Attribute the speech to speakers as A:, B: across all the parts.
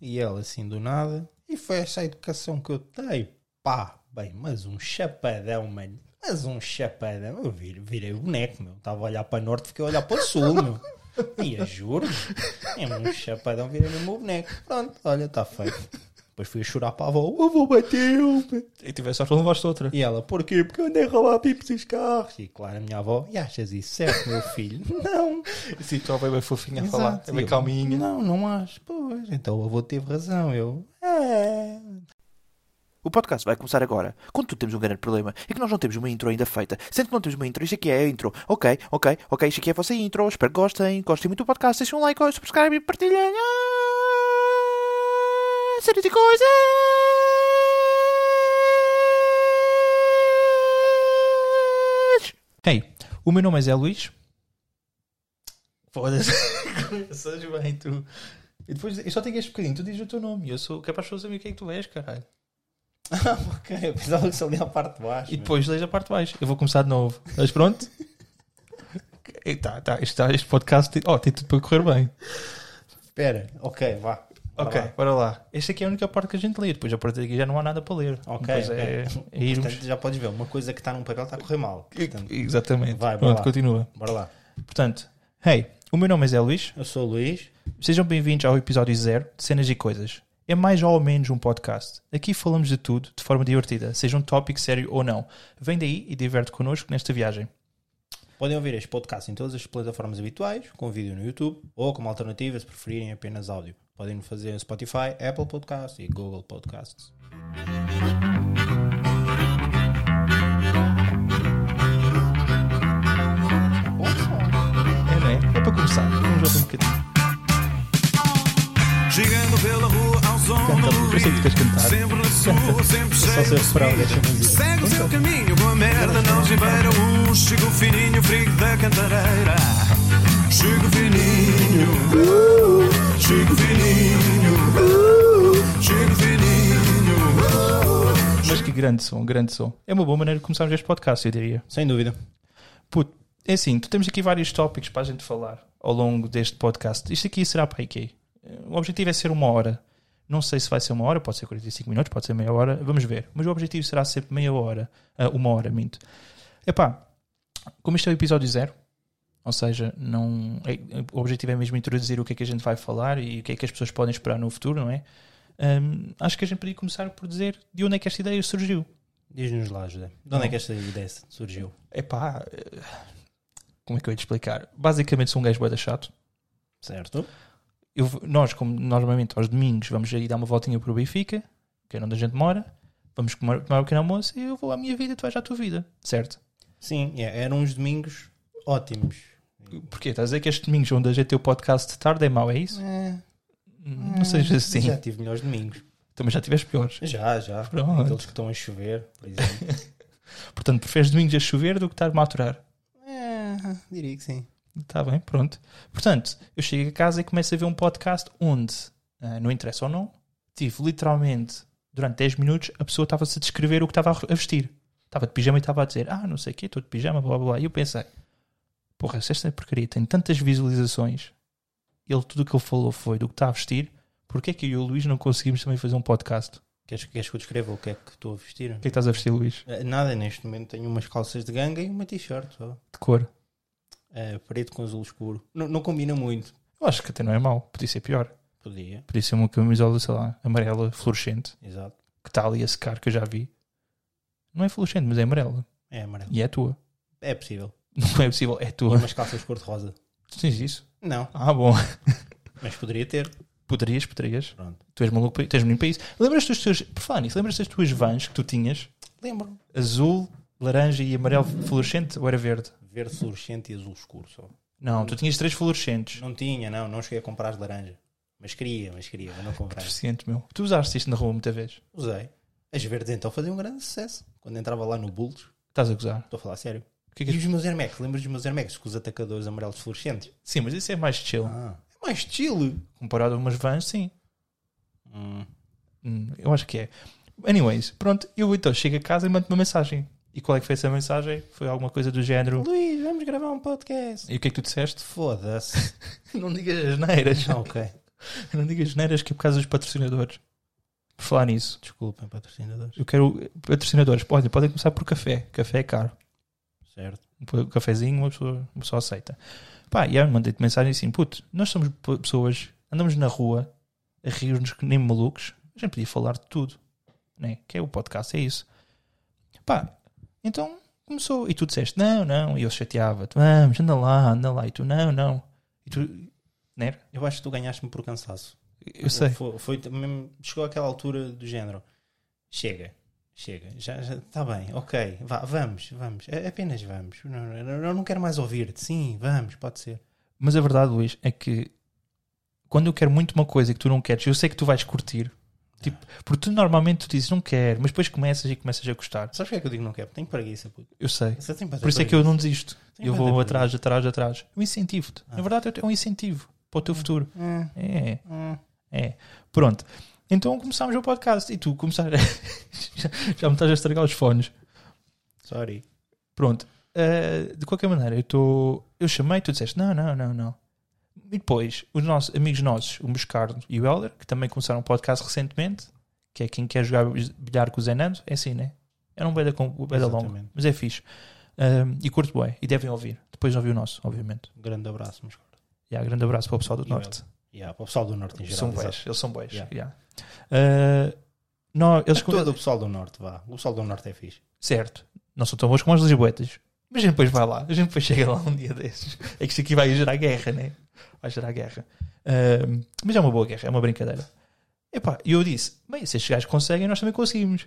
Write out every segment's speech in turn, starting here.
A: E ela assim do nada. E foi essa a educação que eu dei. Pá, bem, mas um chapadão, mano. Mas um chapadão. Eu virei, virei boneco, meu. Estava a olhar para norte, fiquei a olhar para sul, meu. E eu juro, é um chapadão, virei o meu boneco. Pronto, olha, está feito. Depois fui a chorar para a avó. A avó bateu-me.
B: E tiveste a não levaste outra.
A: E ela, porquê? Porque eu andei a roubar pipas dos carros. E claro, a minha avó, e achas isso certo, meu filho? não.
B: Sim, tu tipo, bem bem fofinha a
A: Exato.
B: falar. É bem
A: Eu,
B: calminha.
A: Não, não acho. Pois, então o avô teve razão. Eu, é.
C: O podcast vai começar agora. Contudo, temos um grande problema. É que nós não temos uma intro ainda feita. Sendo que não temos uma intro, isto aqui é a intro. Ok, ok, ok, isto aqui é a vossa intro. Espero que gostem. Gostem muito do podcast. Deixem um like, subscribe e partilhem. Ah, séries e coisas.
B: Hey, o meu nome é Zé Luís. "Hum,
A: Foda-se.
B: Começas bem, tu. E depois, eu só tenho este bocadinho, tu dizes o teu nome. Eu sou capaz de saber o que é que tu és, caralho.
A: Ah, ok. Eu pensava que só li a parte de baixo.
B: E
A: meu.
B: depois lês a parte de baixo. Eu vou começar de novo. Estás pronto? E tá, tá, este, tá, este podcast tem, oh, tem tudo para correr bem.
A: Espera, ok, vá. Vá
B: Ok,
A: lá.
B: bora lá. Esta aqui é a única parte que a gente lê. Depois a partir daqui já não há nada para ler.
A: Ok,
B: Depois
A: ok.
B: é, é irmos.
A: Portanto, já podes ver, uma coisa que está num papel está a correr mal. Portanto,
B: Exatamente.
A: Vai, bora
B: Pronto,
A: lá.
B: continua.
A: bora lá.
B: Portanto, hey, o meu nome é Zé Luís.
A: Eu sou o Luís.
B: Sejam bem-vindos ao episódio zero de Cenas e Coisas. É mais ou menos um podcast. Aqui falamos de tudo, de forma divertida, seja um tópico sério ou não. Vem daí e diverte connosco nesta viagem.
A: Podem ouvir este podcast em todas as plataformas habituais, com vídeo no YouTube, ou como alternativa, se preferirem apenas áudio. Podem no fazer no Spotify, Apple Podcasts e Google Podcasts.
B: É, não é? É para começar. Vamos ouvir um bocadinho.
D: Chegando pela rua ao som
B: Canta,
D: do
B: Luís, eu sei que queres cantar.
D: Sempre na sua, sempre
A: Só se
D: cheio de
A: refrão, deixa-me dizer.
D: Segue o seu caminho, boa merda não se beira Um chego fininho, frigo da cantareira Chego fininho uh, Chego fininho uh, Chego fininho uh.
B: Mas que grande som, grande som. É uma boa maneira de começarmos este podcast, eu diria.
A: Sem dúvida.
B: Puto, é assim, tu temos aqui vários tópicos para a gente falar ao longo deste podcast. Isto aqui será para quê? O objetivo é ser uma hora. Não sei se vai ser uma hora, pode ser 45 minutos, pode ser meia hora, vamos ver. Mas o objetivo será sempre meia hora, ah, uma hora, minto. Epá, como isto é o episódio zero, ou seja, não, é- o objetivo é mesmo introduzir o que é que a gente vai falar e o que é que as pessoas podem esperar no futuro, não é? Ahm, acho que a gente podia começar por dizer de onde é que esta ideia surgiu.
A: Diz-nos lá, José. De onde é que esta ideia surgiu?
B: Epá, eh, como é que eu ia te explicar? Basicamente sou um gajo boeda chato.
A: Certo?
B: Eu, nós, como normalmente aos domingos, vamos aí dar uma voltinha para o Benfica, que é onde a gente mora, vamos comer, tomar o pequeno almoço e eu vou à minha vida e tu vais à tua vida, certo?
A: Sim, é, eram uns domingos ótimos.
B: Porquê? Estás a dizer que estes domingos onde a gente tem o podcast de tarde é mau, é isso? não seja assim.
A: Hum, Já tive melhores domingos.
B: Também já tiveste piores.
A: Já, já.
B: Pronto.
A: Aqueles que estão a chover, por exemplo.
B: Portanto, preferes domingos a chover do que estar-me a aturar.
A: é, diria que sim.
B: Está Tá bem, pronto. Portanto, eu chego a casa e começo a ver um podcast onde, ah, não interessa ou não, tive literalmente, durante 10 minutos, a pessoa estava-se a descrever o que estava a a vestir. Estava de pijama e estava a dizer, ah, não sei o quê, estou de pijama, blá, blá, blá. E eu pensei, porra, se esta porcaria tem tantas visualizações, ele, tudo o que ele falou foi do que está a vestir, porquê é que eu e o Luís não conseguimos também fazer um podcast? O
A: Queres, queres que eu descreva o que é que estou a vestir?
B: que é que estás a vestir, Luís?
A: Eh, Nada, neste momento tenho umas calças de ganga e uma t-shirt só.
B: De cor?
A: Eh, preto com azul escuro. Não, não combina muito.
B: Eu acho que até não é mau, podia ser pior.
A: Podia,
B: Podia ser uma camisola, sei lá, amarela, fluorescente.
A: exato.
B: que está ali a secar, que eu já vi, não é fluorescente, mas é amarela.
A: É amarelo.
B: E é tua.
A: É possível.
B: Não é possível, é
A: E
B: tua.
A: umas calças cor-de-rosa.
B: Tu tens isso?
A: Não,
B: Ah, bom.
A: mas poderia ter.
B: Poderias, poderias.
A: Pronto.
B: Tu és maluco, para- tens menino para isso. Lembras-te dos teus. Por falar nisso, lembras-te das tuas vans que tu tinhas?
A: Lembro-me.
B: Azul, laranja e amarelo fluorescente ou era verde?
A: Verde fluorescente e azul escuro só.
B: Não, tu tinhas três fluorescentes.
A: Não tinha, não. Não cheguei a comprar as laranjas. Mas queria, mas queria, mas não comprei.
B: Deficiente, meu. Tu usaste isto na rua muita vez.
A: Usei. As verdes então faziam um grande sucesso. Quando entrava lá no Bulls,
B: Estás a gozar.
A: estou a falar sério.
B: O que é
A: E
B: que-
A: os meus Air Max, lembras dos meus Air Max com os atacadores amarelos fluorescentes?
B: Sim, mas isso é mais chill.
A: Ah, é mais estilo.
B: Comparado a umas vans, sim. Hum, eu acho que é. Anyways, pronto, eu então chego a casa e mando uma mensagem. E qual é que foi essa mensagem? Foi alguma coisa do género.
A: Luís, vamos gravar um podcast.
B: E o que é que tu disseste?
A: Foda-se.
B: Não digas as neiras.
A: Ah, ok.
B: Não digas geneiras que é por causa dos patrocinadores. Por falar nisso,
A: Desculpem, patrocinadores.
B: eu quero patrocinadores. Olha, podem começar por café. Café é caro.
A: Certo.
B: um cafezinho, uma pessoa, uma pessoa aceita. Pá, e aí eu mandei-te mensagem assim: puto, nós somos p- pessoas, andamos na rua a rir-nos que nem malucos, a gente podia falar de tudo, né? Que é o podcast, é isso. Pá, então começou, e tu disseste: não, não, e eu chateava-te, vamos, anda lá, anda lá, e tu: não, não, e tu, né?
A: Eu acho que tu ganhaste-me por cansaço.
B: Eu sei,
A: Foi, foi mesmo- chegou àquela altura do género. Chega, chega, já está bem, ok, vá, vamos, vamos, a- apenas vamos. Não, não, eu não quero mais ouvir-te. Sim, vamos, pode ser.
B: mas a verdade, Luís, é que quando eu quero muito uma coisa que tu não queres, eu sei que tu vais curtir. Tipo, porque tu normalmente tu dizes não quero, mas depois começas e começas a gostar.
A: Sabes o que é que eu digo não quero? Tenho preguiça, puto.
B: Eu sei.
A: Só tenho
B: Por isso é que eu não desisto.
A: Sim,
B: eu
A: mas
B: vou
A: é
B: atrás, atrás, atrás. Um incentivo-te. Na verdade, é um incentivo para o teu futuro.
A: preguiça.
B: É,
A: Hum, hum.
B: é. Pronto. Então começámos o podcast e tu começaste. já, já me estás a estragar os fones.
A: Sorry.
B: Pronto. Ah, de qualquer maneira, eu, tô... eu chamei, tu disseste não, não, não, não. E depois, os nossos amigos nossos, o Moscardo e o Helder, que também começaram um podcast recentemente, que é quem quer jogar bilhar com o Zenando, é assim, né? Era um beda, com- beda longo,
A: Exatamente.
B: mas é fixe. Ah, e curto bem, e devem ouvir. Depois ouvir o nosso, obviamente.
A: Um grande abraço, mas claro.
B: E há grande abraço para o pessoal do
A: E
B: Norte.
A: Yeah, para o pessoal do Norte em geral.
B: são
A: exato.
B: bois, eles são bois.
A: Yeah. É
B: yeah. Ah, não, eles
A: Todo o pessoal do Norte, vá. O pessoal do Norte é fixe.
B: Certo, não são tão bons como os Lisboetas. Mas a gente depois vai lá, a gente depois chega lá um dia desses. É que isto aqui vai gerar guerra, né? Vai gerar guerra. Ah, mas é uma boa guerra, é uma brincadeira. Epá, e eu disse, bem, se estes gajos conseguem, nós também conseguimos.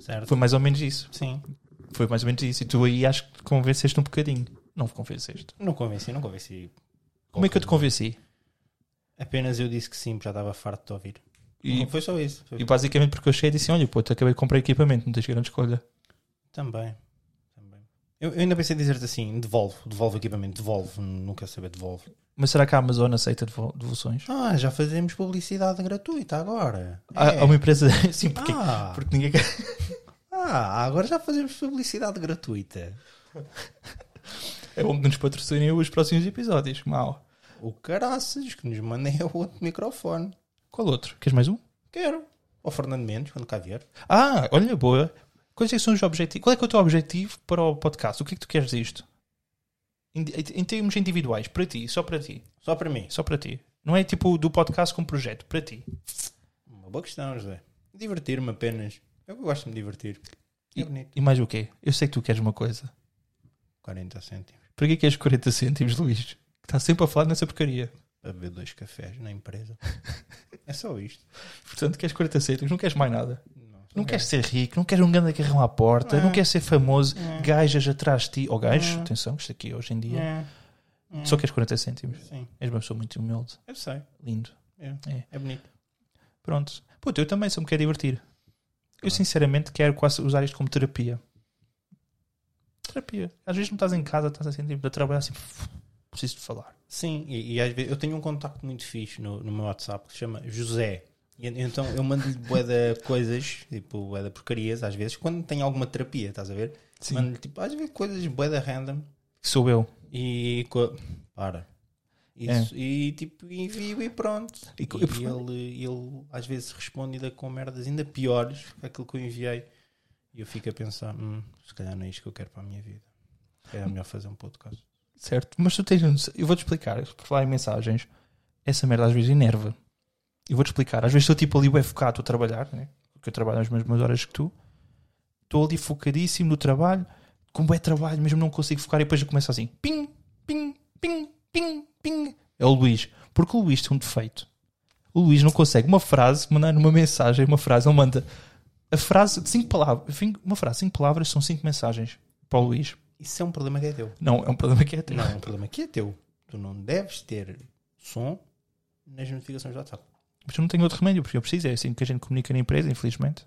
A: Certo?
B: Foi mais ou menos isso.
A: Sim.
B: Foi mais ou menos isso. E tu aí acho que te convenceste um bocadinho. Não me convenceste.
A: Não convenci, não convenci. um.
B: Como é que eu te convenci?
A: Apenas eu disse que sim, já estava farto de te ouvir.
B: E,
A: Não foi só isso. Foi-
B: e basicamente porque eu cheguei e disse, assim, olha, pô, tu acabei de comprar equipamento, não tens grande escolha.
A: Também. Também. Eu, eu ainda pensei em dizer-te assim: devolve, devolve o equipamento, devolve, nunca saber, devolve.
B: Mas será que a Amazon aceita devo- devoluções?
A: Ah, já fazemos publicidade gratuita agora.
B: Há,
A: É.
B: há uma empresa. Sim, Ah, porque,
A: Ah,
B: porque ninguém quer.
A: ah, agora já fazemos publicidade gratuita.
B: É bom que nos patrocinem os próximos episódios. Mal.
A: O caraças que nos mandem é o outro microfone.
B: Qual outro? Queres mais um?
A: Quero. Ou Fernando Mendes, quando cá vier.
B: Ah, olha, boa. Quais é que são os objetivos? Qual é que é o teu objetivo para o podcast? O que é que tu queres disto? Em, em termos individuais, para ti, só para ti.
A: Só para mim.
B: Só para ti. Não é tipo do podcast como projeto, para ti.
A: Uma boa questão, José. Divertir-me apenas. Eu gosto de me divertir. É bonito.
B: E mais o quê? Eu sei que tu queres uma coisa.
A: 40 cêntimos.
B: Para que é que queres 40 cêntimos, Luís? Que está sempre a falar nessa porcaria.
A: Para beber dois cafés na empresa. é só isto.
B: Portanto, queres 40 cêntimos, não queres mais nada.
A: Não,
B: Não queres ser rico, não queres um grande carrão à porta, não é? queres ser famoso, gajas atrás de ti, ou gajo, atenção, que isto aqui hoje em dia, só queres 40 cêntimos.
A: Hum, Sim.
B: És uma pessoa muito humilde,
A: Eu sei.
B: lindo. É.
A: É, é bonito.
B: Pronto. Puta, eu também só me quero divertir. Eu sinceramente quero quase usar isto como terapia. Terapia. Às vezes não estás em casa, estás assim, tipo, a trabalhar assim, "Uf, preciso de falar.
A: Sim, e, e às vezes eu tenho um contacto muito fixe no, no meu WhatsApp que se chama José. E en- então eu mando-lhe bué de coisas, tipo bué de porcarias, às vezes, quando tenho alguma terapia, estás a ver?
B: Sim.
A: Mando-lhe tipo, às vezes coisas bué de random
B: Sou eu.
A: e. co- Para. Isso, E tipo, envio e pronto.
B: E
A: E,
B: co-
A: ele, ele às vezes responde ainda com merdas ainda piores que aquilo que eu enviei. E eu fico a pensar: hum, se calhar não é isto que eu quero para a minha vida. É melhor fazer um podcast.
B: Certo, mas tu tens. noção- Eu vou-te explicar, por falar em mensagens, essa merda às vezes enerva. Eu vou-te explicar. Às vezes estou tipo ali, bem focado, estou a trabalhar, né? porque eu trabalho nas mesmas horas que tu. Estou ali focadíssimo no trabalho, como é trabalho, mesmo não consigo focar, e depois começa assim: ping, ping, ping, ping, ping. É o Luís, porque o Luís tem um defeito. O Luís não consegue uma frase, mandar uma mensagem, uma frase, ele manda a frase de cinco palavras. Enfim, Uma frase de cinco palavras são cinco mensagens para o Luís.
A: Isso é um problema que é teu.
B: Não, é um problema que é teu.
A: Não, o problema aqui é teu. Tu não deves ter som nas notificações do WhatsApp.
B: Mas eu não tenho outro remédio, porque eu preciso, é assim que a gente comunica na empresa, infelizmente.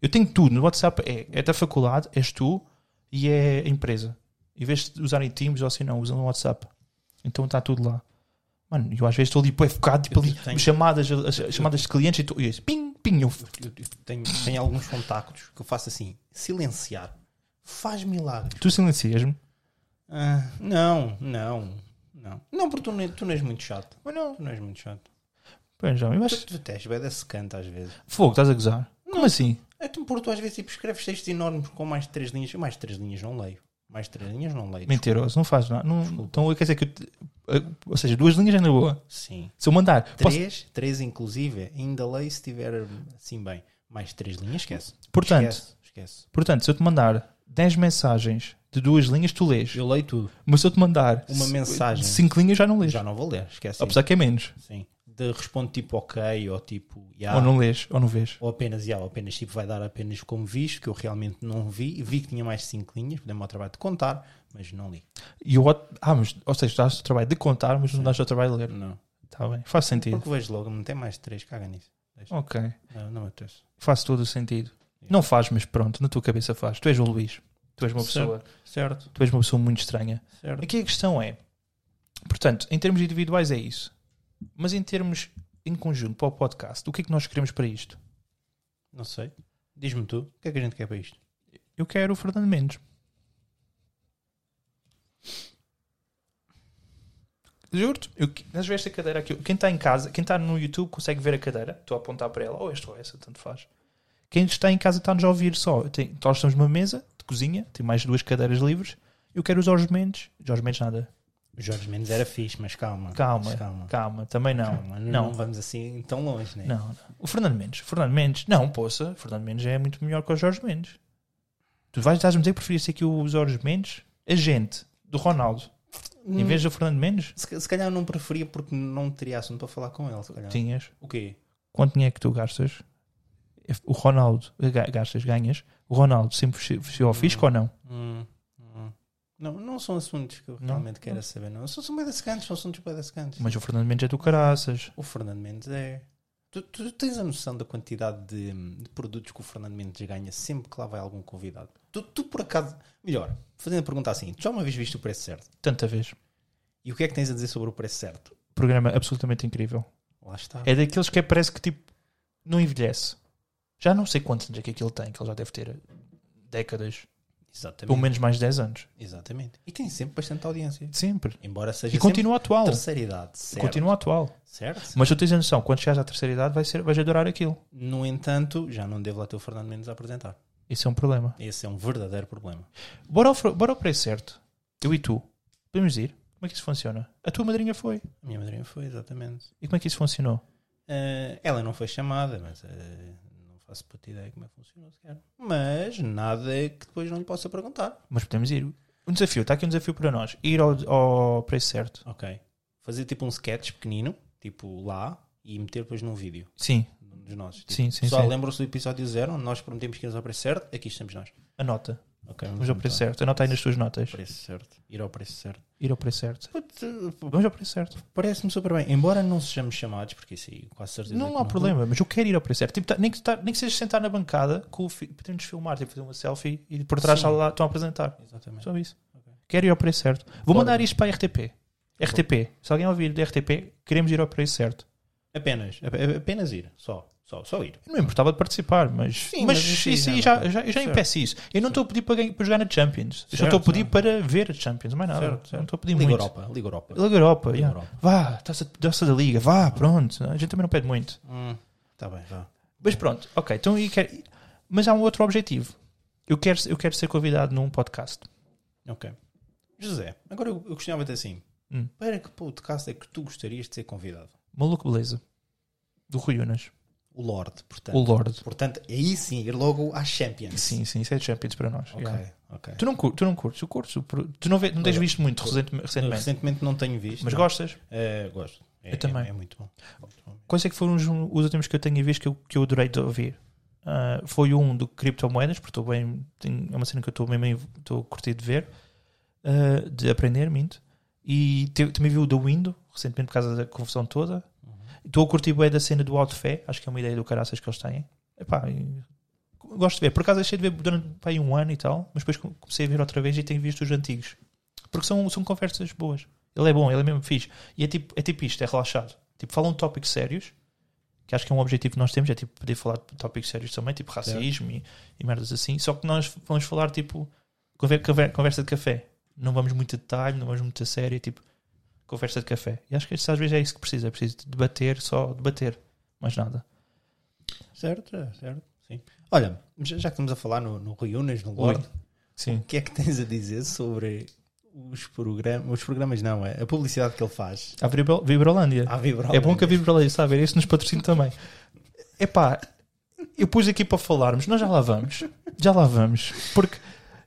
B: Eu tenho tudo, no WhatsApp é, é da faculdade, és tu e é a empresa. Em vez de usarem Teams ou assim, não, usam o WhatsApp. Então está tudo lá. Mano, eu às vezes estou ali, pô, focado, tipo
A: Eu
B: ali,
A: tenho-
B: chamadas, as- as chamadas de clientes e estou, e eu, ping, ping, eu,
A: Eu, eu tenho, tenho alguns contactos que eu faço assim, silenciar. Faz milagres.
B: tu silencias-me.
A: Ah, não, não, não. Não. Não, porque tu, não- tu não és muito chato.
B: Mas não.
A: Tu não és muito chato.
B: Bem, já, eu
A: Tu,
B: acho.
A: tu tens bem da secante às vezes.
B: Fogo, estás a gozar? Como assim?
A: É tu, porque tu às vezes tipo, escreves textos enormes com mais de três linhas. Eu mais de três linhas não leio. Mais de três linhas não leio.
B: Mentiroso, não faz nada. Não, então quer dizer que. eu te- Ou seja, duas linhas ainda é boa.
A: Sim.
B: Se eu mandar. posso-
A: Três, três inclusive, ainda leio se tiver assim bem. Mais três linhas, esquece.
B: Portanto-
A: esquece, esquece.
B: Portanto, se eu te mandar 10 mensagens de duas linhas, tu lês.
A: Eu leio tudo.
B: Mas se eu te mandar
A: Uma mensagem.
B: 5 linhas, já não lês.
A: Já não vou ler, esquece.
B: Apesar que é menos.
A: Sim. De respondo tipo ok ou tipo yeah,
B: Ou
A: ou,
B: não lês, ou não vês.
A: apenas yeah, ou apenas tipo vai dar apenas como visto, que eu realmente não vi. Vi que tinha mais de cinco linhas, podemos ao trabalho de contar, mas não li.
B: E eu, ah, mas, ou seja, dás o trabalho de contar, mas não dás o trabalho de ler.
A: Não.
B: Está bem, faz sentido.
A: Porque vejo logo, não tem mais de três, caga nisso. Deixa.
B: Ok,
A: Não, não me atraso.
B: faz todo o sentido. Não faz, mas pronto, na tua cabeça faz. Tu és o Luís. Tu és uma
A: Certo.
B: pessoa,
A: Certo,
B: tu és uma pessoa muito estranha.
A: certo.
B: Aqui a questão é, portanto, em termos individuais é isso. Mas em termos em conjunto para o podcast, o que é que nós queremos para isto?
A: Não sei. Diz-me tu, o que é que a gente quer para isto?
B: Eu quero o Fernando Mendes. Juro-te, eu que- mas vê esta cadeira aqui. Quem está em casa, quem está no YouTube consegue ver a cadeira. Estou a apontar para ela, ou esta ou essa, tanto faz. Quem está em casa está-nos a ouvir só. Eu tenho- nós estamos numa mesa de cozinha, tem mais duas cadeiras livres. Eu quero os Jorge Mendes. Jorge Mendes nada.
A: O Jorge Mendes era fixe, mas calma.
B: Calma,
A: mas
B: calma,
A: calma.
B: também não.
A: Calma, não,
B: não,
A: não vamos assim tão longe, né?
B: não, não. O Fernando Mendes. Fernando Mendes. Não, poça. Fernando Mendes é muito melhor que o Jorge Mendes. Tu vais estás-me dizer que preferias ser aqui o Jorge Mendes? A gente. Do Ronaldo. Em
A: Hum.
B: vez do Fernando Mendes?
A: Se, ca- se calhar não preferia porque não teria assunto para falar com ele. Se calhar.
B: Tinhas.
A: O quê?
B: Quanto dinheiro é que tu gastas? O Ronaldo. eh, ga- Gastas, ganhas. O Ronaldo sempre se- se ao fisco ou não?
A: Hum, hum. Não, não são assuntos que eu
B: Não?
A: realmente quero saber, não. São, são bué da secantes, são assuntos bem secantes.
B: Mas o Fernando Mendes é do caraças.
A: O Fernando Mendes é. Tu, tu tens a noção da quantidade de, de produtos que o Fernando Mendes ganha sempre que lá vai algum convidado? Tu, tu por acaso. Melhor, fazendo a pergunta assim: tu já uma vez viste o preço certo?
B: Tanta vez.
A: E o que é que tens a dizer sobre o preço certo?
B: Programa absolutamente incrível.
A: Lá está.
B: É daqueles que parece que tipo não envelhece. Já não sei quantos anos é que aquilo tem, que ele já deve ter eh, décadas, pelo
A: Exatamente.
B: menos mais 10 anos.
A: Exatamente. E tem sempre bastante audiência.
B: Sempre.
A: Embora seja
B: E continua atual.
A: sempre terceira idade. Certo.
B: Continua atual.
A: certo?
B: Mas tu tens a noção, quando chegares à terceira idade, vai ser, vais adorar aquilo.
A: No entanto, já não devo lá ter o Fernando Mendes a apresentar.
B: Isso é um problema.
A: Esse é um verdadeiro problema.
B: Bora ao, fro- bora ao preço certo. Eu e tu. Podemos ir. Como é que isso funciona? A tua madrinha foi.
A: A minha madrinha foi, exatamente.
B: E como é que isso funcionou?
A: Eh, ela não foi chamada, mas eh, não faço puta ideia como é que funcionou sequer. Mas nada é que depois não lhe possa perguntar.
B: Mas podemos ir. Um desafio, está aqui um desafio para nós. Ir ao, ao preço certo.
A: Ok. Fazer tipo um sketch pequenino, tipo lá, e meter depois num vídeo
B: Sim,
A: num dos nossos. Tipo,
B: Sim, sim,
A: Pessoal,
B: sim.
A: lembram-se do episódio zero, onde nós prometemos que íamos ao preço certo? Aqui estamos nós.
B: anota.
A: Ok,
B: Vamos ao preço
A: anotar.
B: certo. Anota aí nas tuas notas.
A: Preço certo. Ir ao preço certo.
B: Ir ao preço certo.
A: Putz, eh,
B: Vamos ao preço certo.
A: Parece-me super bem. Embora não sejamos chamados, porque isso aí quase certeza. que
B: Não há problema, mas eu quero ir ao preço certo. Tipo, tá- nem, que tá- nem que seja sentar na bancada, com o fi- podemos filmar, tipo, fazer uma selfie e por trás
A: Sim.
B: está lá, estão a apresentar.
A: Exatamente.
B: Só isso. Quero ir ao preço certo. Vou mandar isto para a RTP. RTP. Se alguém ouvir da RTP, queremos ir ao preço certo.
A: Apenas, ap- apenas ir. Só, só, só ir.
B: Eu não me importava de participar, mas,
A: Sim,
B: mas,
A: mas isso aí
B: isso aí
A: já
B: já,
A: não
B: já, eu já
A: Certo.
B: impeço isso. Eu não estou a pedir para, ganhar- para jogar na Champions. eu só
A: Certo,
B: estou a pedir para ver a Champions, mais nada.
A: Certo, certo.
B: Não estou a pedir
A: Liga
B: muito.
A: Europa, Liga Europa.
B: Liga Europa,
A: Liga
B: yeah.
A: Europa.
B: vá, taça, taça da Liga, vá, pronto. A gente também não pede muito.
A: Hum, tá bem, vá.
B: Mas pronto, ok. Então, eu quero- Mas há um outro objetivo. Eu quero, eu quero ser convidado num podcast.
A: Ok. José, agora eu, eu questionava-te assim.
B: Hum.
A: Para que podcast é que tu gostarias de ser convidado?
B: Maluco Beleza. Do Rui Unas.
A: O Lorde, portanto.
B: O Lorde.
A: Portanto, aí sim, ir logo à Champions.
B: Sim, sim, isso é Champions para nós.
A: Ok,
B: yeah.
A: ok.
B: Tu, não, cur- tu não curtes, eu curto. por- Tu não, vê, não tens visto muito recentemente,
A: Eu
B: recentemente,
A: recentemente não tenho visto.
B: mas
A: não.
B: gostas.
A: Eh, gosto. É,
B: Eu também.
A: É, é muito bom. Muito bom.
B: Quais é que foram os, os últimos que eu tenho visto que eu, que eu adorei de ouvir? Ah, foi um do criptomoedas, porque estou bem. tenho- é uma cena que eu estou mesmo em- estou a curtir de ver, ah, de aprender, minto. E te- também vi o do Window, recentemente por causa da confusão toda. Estou a curtir bem da cena do alto fé, acho que é uma ideia do caraças que eles têm. Epá, e- gosto de ver. Por acaso achei de ver durante pá, aí um ano e tal, mas depois com- comecei a ver outra vez e tenho visto os antigos. Porque são, são conversas boas. Ele é bom, ele é mesmo fixe. E é tipo, é tipo isto, é relaxado. Tipo, falam de tópicos sérios, que acho que é um objetivo que nós temos, é tipo poder falar de tópicos sérios também, tipo racismo e, e merdas assim. Só que nós vamos falar tipo conver- conver- conversa de café. Não vamos muito a detalhe, não vamos muito a sério, tipo conversa de café. E acho que isso às vezes é isso que precisa. É preciso debater, só debater. Mais nada.
A: Certo, é, certo. Sim. Olha, já, já que estamos a falar no, no Rui Unas, no Lorde,
B: Sim.
A: o que é que tens a dizer sobre os programas? Os programas não, é a publicidade que ele faz.
B: A Vibro- Vibrolândia.
A: À Vibra.
B: É bom que a Vibrolândia está a ver este nos patrocina também. Epá, eu pus aqui para falarmos, nós já lá vamos. Já lá vamos. Porque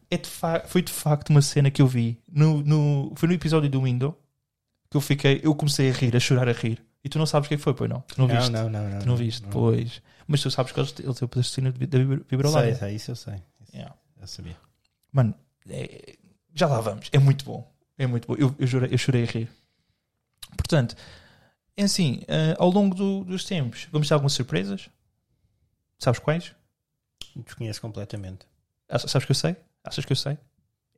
B: é de fa- foi de facto uma cena que eu vi. No, no- foi no episódio do Window que eu fiquei, eu comecei a rir, a chorar, a rir. E tu não sabes o que é que foi, pois não? Tu não,
A: Não,
B: viste?
A: não, não, não.
B: Tu não viste, pois. Mas tu sabes que ele, ele tem o patrocínio de- da Vibro-
A: Sei,
B: Vibrolândia.
A: sei, isso eu sei. Isso
B: Yeah.
A: Eu sabia.
B: Mano, é- já lá vamos. É muito bom. É muito bom. Eu, eu, jurei, eu chorei a rir. Portanto, é assim, eh, ao longo do- dos tempos, vamos ter algumas surpresas. Sabes quais?
A: Desconheço completamente.
B: Ah, Sabes que eu sei? Achas que eu sei?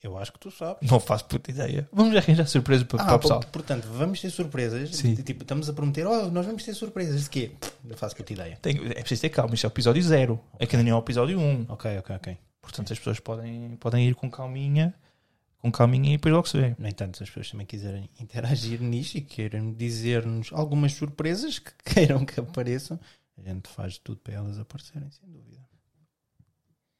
A: Eu acho que tu sabes.
B: Não faço puta ideia. Vamos arranjar surpresa para, para
A: Ah,
B: o pessoal.
A: port- portanto, vamos ter surpresas.
B: Sim.
A: Tipo, estamos a prometer, oh, nós vamos ter surpresas. De quê? Não faço puta ideia.
B: Tenho- é preciso ter calma. Isto é o episódio 0. Aqui ainda nem é o episódio 1. Um.
A: Ok, ok, ok.
B: Portanto, as pessoas podem, podem ir com calminha. Com calminha e depois logo se vê.
A: No entanto, se as pessoas também quiserem interagir nisto e queiram dizer-nos algumas surpresas que queiram que apareçam, a gente faz tudo para elas aparecerem, sem dúvida.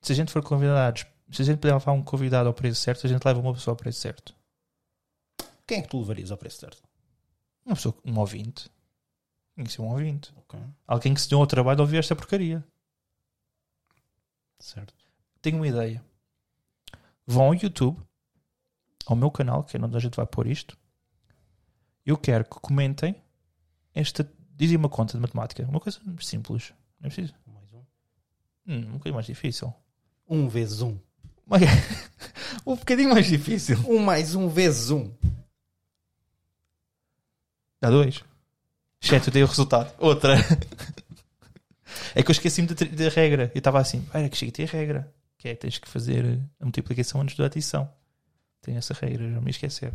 B: Se a gente for convidados, se a gente puder levar um convidado ao preço certo, a gente leva uma pessoa ao preço certo.
A: Quem é que tu levarias ao preço certo?
B: Uma pessoa, um ouvinte. Tem que ser um ouvinte.
A: Ok,
B: Alguém que se deu ao trabalho de ouvir esta porcaria.
A: certo.
B: Tenho uma ideia. Vão ao YouTube, ao meu canal, que é onde a gente vai pôr isto. Eu quero que comentem esta. Dizem uma conta de matemática. Uma coisa simples. Não é preciso.
A: Mais um.
B: Hum, um bocadinho mais difícil.
A: Um vezes um.
B: Uma- um bocadinho mais difícil.
A: Um mais um vezes um.
B: Dá dois. Exceto, eu dei o resultado. Outra. É que eu esqueci-me da, tri- da regra. Eu estava assim, olha que cheguei a ter regra. Que é, tens que fazer a multiplicação antes da adição. Tem essa regra, já me esquecer.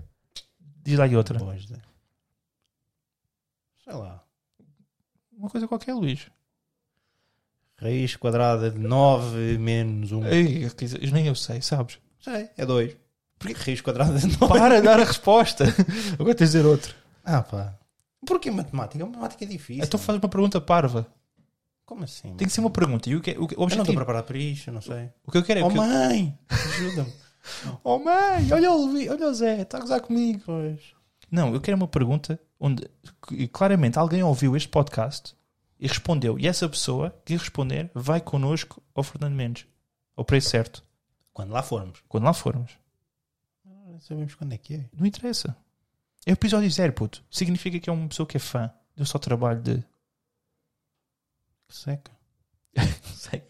B: Diz lá aí outra.
A: Boas, Zé. é. Sei lá.
B: Uma coisa qualquer, Luís.
A: Raiz quadrada de 9 menos 1.
B: Ei, eu quis- eu nem eu sei, sabes?
A: Sei, é 2. Porquê raiz quadrada de 9?
B: Para de dar a resposta. Agora tens de dizer outro.
A: Ah pá. Porquê matemática? Matemática é difícil.
B: Então faz uma pergunta parva.
A: Como assim?
B: Tem que ser uma pergunta. E o, que, é, o, que- o
A: Eu não estou
B: objetivo?
A: preparado para isto, eu não sei.
B: O que eu quero é
A: Oh
B: que... eu-
A: mãe, ajuda-me.
B: Oh mãe, olha o, Luís, olha o Zé, está a gozar comigo. Não, eu quero uma pergunta onde que- claramente alguém ouviu este podcast e respondeu. E essa pessoa que responder vai connosco ao Fernando Mendes. Ao preço certo.
A: Quando lá formos.
B: Quando lá formos.
A: Não sabemos quando é que é.
B: Não interessa. É o episódio zero, puto. Significa que é uma pessoa que é fã. Deu só trabalho de.
A: Que seca.
B: Sei.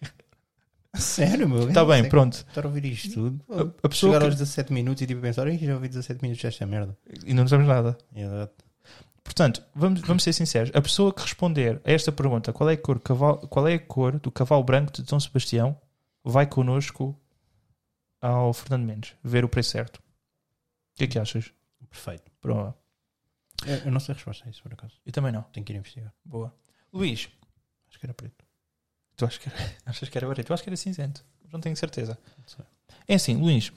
A: Sério, meu?
B: Está Tá bem,
A: seca.
B: pronto.
A: Estar a ouvir isto tudo.
B: A, a pessoa
A: Chegar
B: que...
A: aos 17 minutos e tipo pensar, "Ih, já ouvi 17 minutos desta merda.
B: E não sabemos nada.
A: Exato.
B: Portanto, vamos, vamos ser sinceros. A pessoa que responder a esta pergunta, qual é a cor, cavalo- qual é a cor do cavalo branco de Dom Sebastião, vai connosco ao Fernando Mendes ver o preço certo. O que é que achas?
A: Perfeito.
B: Prova.
A: Eu, eu não sei a resposta a isso, por acaso.
B: Eu também não.
A: Tenho que ir investigar.
B: Boa. Luís,
A: Acho que era preto.
B: tu achas que era, achas que era preto? Eu acho que era cinzento. Não tenho certeza.
A: Não sei.
B: É assim, Luís,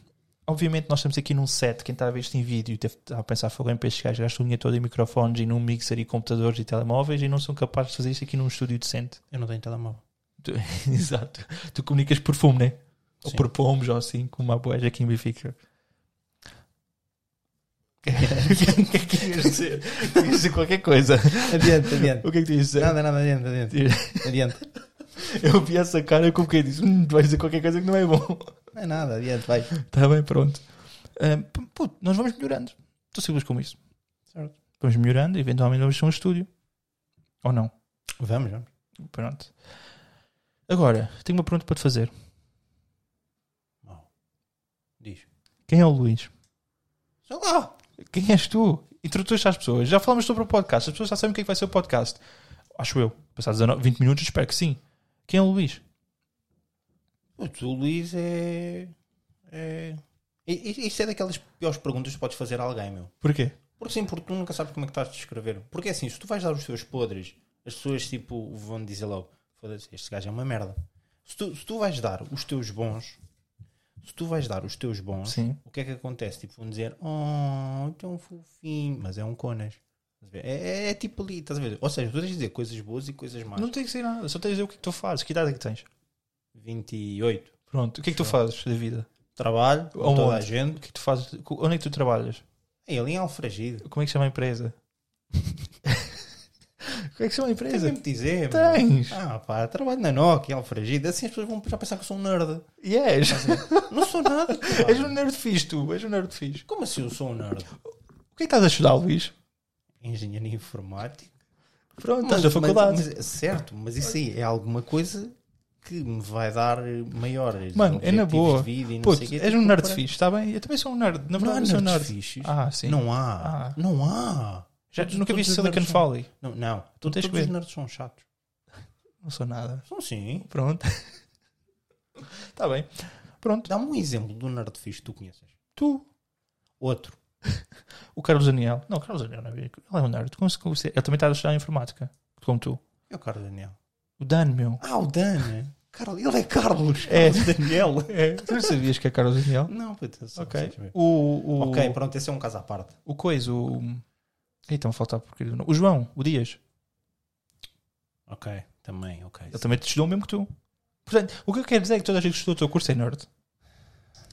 B: obviamente nós estamos aqui num set. Quem está a ver isto em vídeo deve estar a pensar, falando para estes gajos, gastam o dinheiro todo em microfones e num mixer e computadores e telemóveis e não são capazes de fazer isto aqui num estúdio decente.
A: Eu não tenho telemóvel.
B: Exato. Tu comunicas por fumo, né? Ou
A: Sim.
B: por pomos, ou assim, com uma boeja aqui em Benfica. O que é que ias dizer? Ias dizer qualquer coisa.
A: Adiante, adiante.
B: O que é que tu ias dizer?
A: Nada, nada, adiante, adiante. Adiante.
B: Eu vi essa cara com o que disse: hum, tu vais dizer qualquer coisa que não é bom.
A: Não é nada, adiante, vai.
B: Está Tá bem, pronto. Ah, p- puto, nós vamos melhorando. Estou simples com isso.
A: Certo.
B: Vamos melhorando, eventualmente vamos ter um estúdio. Ou não?
A: Vamos, vamos.
B: Pronto. Agora, tenho uma pergunta para te fazer.
A: Mau. Diz.
B: Quem é o Luís?
A: Sei lá.
B: Quem és tu? Introduz-te às pessoas. Já falamos sobre o podcast. As pessoas já sabem o que é que vai ser o podcast. Acho eu. Passados 19, 20 minutos, espero que sim. Quem é o Luís?
A: Putz, o Luís é. é... I- i- Isto é daquelas piores perguntas que podes fazer a alguém, meu.
B: Porquê?
A: Porque sim, porque tu nunca sabes como é que estás a descrever. Porque assim, se tu vais dar os teus podres, as pessoas tipo vão dizer logo: foda-se, este gajo é uma merda. Se tu, se tu vais dar os teus bons, se tu vais dar os teus bons,
B: Sim.
A: o que é que acontece? Tipo, vão dizer, oh, tão fofinho, mas é um conas. Estás a ver? É, é- é tipo ali, estás a ver? Ou seja, tu tens de dizer coisas boas e coisas más.
B: Não tem que ser nada, só tens de dizer o que é que tu fazes, que idade é que tens.
A: 28.
B: Pronto, o que é que tu fazes da vida?
A: Trabalho, com toda a
B: Aonde? O
A: gente.
B: que é que tu fazes? Co- Onde é que tu trabalhas?
A: É ali em Alfragide.
B: Como é que se chama a empresa? Como é que se chama a
A: Tens
B: empresa?
A: mesmo de dizer, meu.
B: Tens!
A: Ah, pá, trabalho na Nokia, Alfragide. Assim as pessoas vão já pensar que eu sou um nerd.
B: Yes!
A: Não sou nada. caralho.
B: És um nerd fixe, tu, és um nerd fixe.
A: Como assim eu sou um nerd?
B: O que é que estás a estudar, Luís?
A: Engenharia informática.
B: Pronto,
A: Mas-
B: estás na faculdade.
A: mas- mas- certo, mas isso aí é alguma coisa que me vai dar maiores
B: Mano, é na
A: objetivos
B: boa.
A: de vida e não
B: Puto,
A: sei o quê.
B: és
A: Tipo,
B: um nerd
A: para-
B: fixe, está bem? Eu também sou um nerd, na
A: Não há
B: verdade eu sou um nerd.
A: nerds fixes.
B: Ah, sim.
A: Não há.
B: Ah.
A: Não há.
B: Já,
A: Todos-
B: nunca
A: todos
B: viste
A: os
B: Silicon
A: nerds são-
B: Valley?
A: Não, não.
B: Então tens que
A: todos os
B: ver.
A: nerds são chatos.
B: Não sou nada.
A: São sim.
B: Pronto. Está bem. Pronto.
A: Dá-me um exemplo do nerd fixe que tu conheces.
B: Tu,
A: Outro.
B: o Carlos Daniel. Não, o Carlos Daniel não é. Ele é um nerd. Como se- como se- Ele também está a estudar informática, como tu.
A: É o Carlos Daniel.
B: O Dan, meu.
A: Ah, o Dan. Carlos, ele é Carlos.
B: É.
A: Carlos Daniel.
B: É, tu não sabias que é Carlos Daniel?
A: Não, é puta, só
B: Ok.
A: vocês verem.
B: O, o,
A: Ok, pronto, esse é um caso à parte.
B: o coisa, o. Eita, me falta porque O João, o Dias.
A: Ok, também, ok.
B: Ele também te estudou o mesmo que tu. Portanto, o que eu quero dizer é que toda a gente que estudou o teu curso é nerd.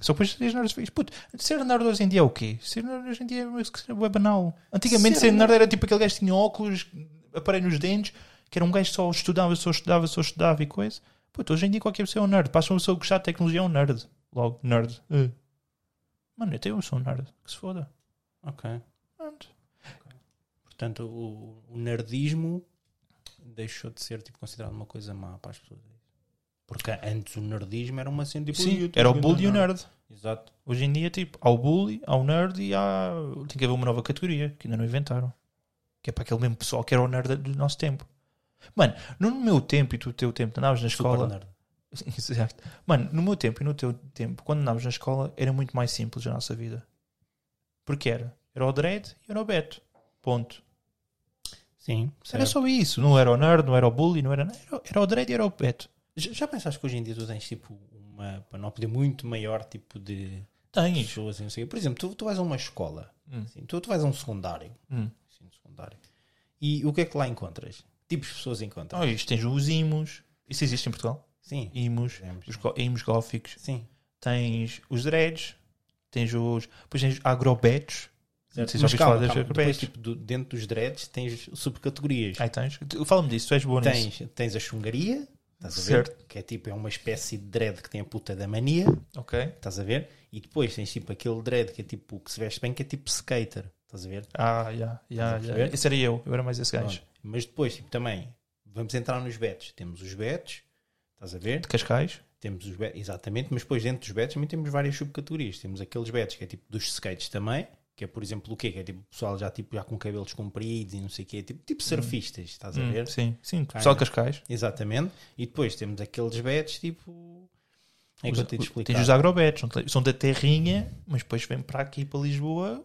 B: Só depois de seres nerd fixe. Puto, ser nerd hoje em dia é o quê? Ser nerd hoje em dia é uma coisa que é banal. Antigamente ser,
A: Ser
B: nerd era tipo aquele gajo que tinha óculos, aparelho nos dentes, que era um gajo que só estudava, só estudava, só estudava e coisa. Puto, hoje em dia qualquer pessoa é um nerd. Basta uma pessoa gostar de tecnologia é um nerd. Logo, nerd. Eh. Mano, até eu sou um nerd. Que se foda.
A: Ok.
B: Pronto.
A: Portanto, o, o nerdismo deixou de ser tipo, considerado uma coisa má para as pessoas. Porque antes o nerdismo era uma cena tipo, "Ih,
B: Sim,
A: eu tô
B: era o
A: jogando
B: bully e o
A: nerd."
B: nerd.
A: Exato.
B: Hoje em dia, tipo, há o bully, há o nerd e há. Tem que haver uma nova categoria que ainda não inventaram. Que é para aquele mesmo pessoal que era o nerd do nosso tempo. Mano, no meu tempo e no teu tempo, andavas na
A: Super
B: escola.
A: nerd.
B: Exato. Mano, no meu tempo e no teu tempo, quando andavas na escola, era muito mais simples a nossa vida. Porque era. Era o dread e era o beto. Ponto.
A: Sim. certo.
B: Era só isso. Não era o nerd, não era o bully, não era. Era, era o dread e era o beto.
A: Já, já pensaste que hoje em dia tu tens tipo uma panóplia muito maior tipo de
B: Tens.
A: pessoas e não sei o quê. Por exemplo, tu, tu vais a uma escola,
B: Hum.
A: assim, tu, tu vais a um secundário,
B: Hum.
A: ensino secundário, e o que é que lá encontras? Tipos de pessoas encontras?
B: Oh, isto tens os imos. Isso existe em Portugal?
A: Sim.
B: Imos.
A: Temos.
B: Os go- imos góficos.
A: Sim.
B: tens os dreads, tens os. Depois tens agrobetos. Não sei se
A: Mas
B: já ouviste
A: calma,
B: falar dos
A: calma, depois,
B: agrobetos.
A: tipo, do- dentro dos dreads tens subcategorias.
B: Aí tens. Tu- Fala-me disso, tu és bom nisso.
A: Tens, tens a chungaria, estás a ver? Que é tipo, é uma espécie de dread que tem a puta da mania,
B: Ok.
A: estás a ver? E depois tens tipo aquele dread que é tipo, que se veste bem, que é tipo skater, estás a ver?
B: Ah, já, já,
A: Estás a
B: já.
A: perceber?
B: Esse era eu, eu era mais esse gajo.
A: Pronto. Mas depois, tipo, também, vamos entrar nos betos. Temos os betos, estás a ver?
B: De Cascais.
A: Temos os betos, exatamente, mas depois dentro dos betos também temos várias subcategorias. Temos aqueles betos que é tipo dos skates também, que é por exemplo o quê? Que é tipo pessoal já, tipo, já com cabelos compridos e não sei o quê, tipo, tipo surfistas, estás a
B: Hum,
A: ver? É
B: sim, sim.
A: Cara.
B: Pessoal de Cascais.
A: Exatamente. E depois temos aqueles betos tipo. É que
B: Os-
A: eu tenho de
B: o-
A: explicar.
B: tens os agrobetos, são te- são da terrinha, mas depois vêm para aqui, para Lisboa.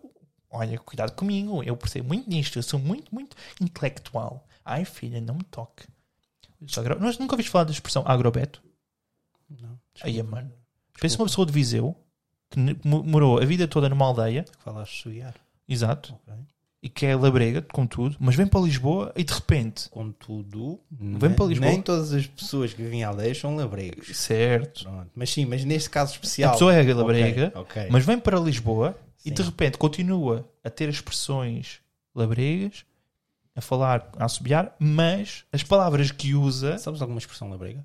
B: Olha, cuidado comigo, eu percebo muito nisto, eu sou muito, muito intelectual. Ai filha, não me toque. Os agro- Nós nunca ouviste falar da expressão agrobeto?
A: Não, desculpa,
B: Aí, é mano. Pensa uma pessoa de Viseu que ne- mo- morou a vida toda numa aldeia,
A: que falaste de suiar.
B: exato,
A: Ok.
B: e que é labrega, contudo, mas vem para Lisboa e de repente.
A: Contudo,
B: Vem
A: ne-
B: para Lisboa.
A: nem todas as pessoas que vivem à aldeia são labregos.
B: Certo.
A: Pronto. Mas sim, mas neste caso especial.
B: A pessoa é
A: Ok,
B: labrega,
A: ok.
B: mas vem para Lisboa e de
A: Sim.
B: repente continua a ter expressões labregas, a falar, a assobiar, mas as palavras que usa,
A: Sabes alguma expressão labrega?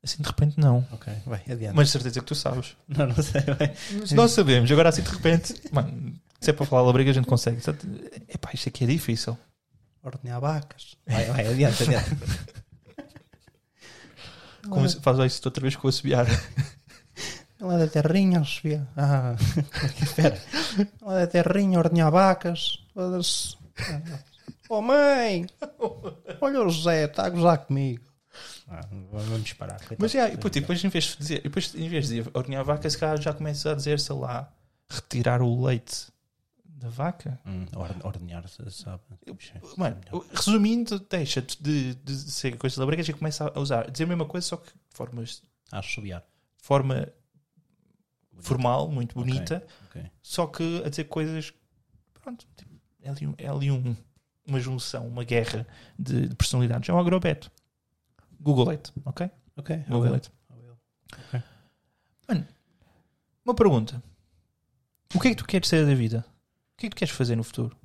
B: assim de repente não.
A: Ok, vai, adiante.
B: Mas de certeza que tu sabes.
A: Não, É. não sei. vai.
B: Se nós sabemos, agora assim de repente, mano, se é para falar labrega a gente consegue. Só- Epá, isto aqui é difícil.
A: Ordenhar vacas. Vai, vai, adiante, adiante.
B: Como se- faz lá isso outra vez com o assobiar.
A: Ela é da terrinha, Sofia. Ah, espera. Ela é da terrinha, ordenha vacas. Foda-se. Oh mãe! Olha o José, está a gozar comigo. Ah, vamos parar. coitado.
B: Mas é, e, puto,
A: tipo,
B: e depois em vez de dizer, e depois, em vez de dizer ordenhar a vaca, se calhar já começa a dizer, sei lá, retirar o leite da vaca.
A: Hum, orde- ordenhar, sabe?
B: Tipo, Mano, resumindo, deixa-te de, de ser coisa da brega e começa a usar, a dizer a mesma coisa, só que de formas,
A: a assobiar.
B: de forma formal, muito bonita,
A: ok.
B: só que a dizer coisas. Pronto, tipo, é ali, um- é ali um- uma junção, uma guerra de, de personalidades. É um agrobeto. Google it, ok?
A: Ok.
B: Google it. Mano, uma pergunta. O que é que tu queres ser da vida? O que é que tu queres fazer no futuro?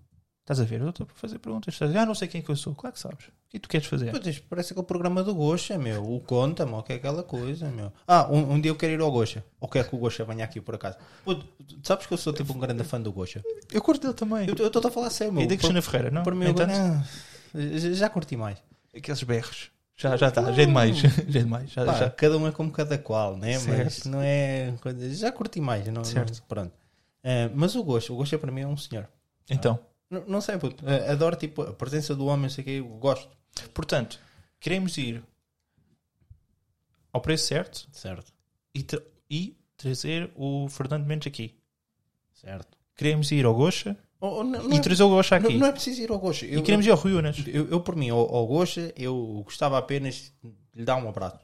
B: Estás a ver? Eu estou a fazer perguntas. Estás a dizer, ah, não sei quem é que eu sou. Claro que sabes. O que é que tu queres fazer?
A: Putz, isto tipo, parece aquele programa do Gocha, meu. O conta-me, o que é aquela coisa, meu. Ah, um, um dia eu quero ir ao Gocha. Ou quero que o Gocha venha aqui por acaso. Puto, tu sabes que eu sou tipo um grande fã do Gocha.
B: Eu curto dele também.
A: Eu eu estou a falar sério, meu.
B: E da
A: Por-
B: Cristina Ferreira, não? Então,
A: Por mim,
B: No
A: agora,
B: entanto,
A: ah, já- já curti mais.
B: Aqueles berros. Já, já
A: tá.
B: está. Já é demais. Já é demais. Já,
A: Pá,
B: já.
A: cada um é como cada qual, né? Mas
B: Certo.
A: não é. coisa- Já curti mais, não, não-
B: Certo.
A: pronto. Ah, mas o Gocha, o Gocha para mim é um senhor.
B: Então,
A: Não, não sei, puto. Ah, adoro tipo a presença do homem, não sei o que, eu gosto.
B: Ah. portanto, queremos ir ao preço certo
A: Certo,
B: e, tra- e trazer o Fernando Mendes aqui.
A: certo.
B: Queremos ir ao Gocha
A: Ou- ou não- não
B: e
A: é-
B: trazer o Gocha
A: não-
B: aqui.
A: não é preciso ir ao Gocha. Eu-
B: E queremos ir ao Rui Unas.
A: Eu, eu, por mim, ao, ao Gocha, eu gostava apenas de lhe dar um abraço.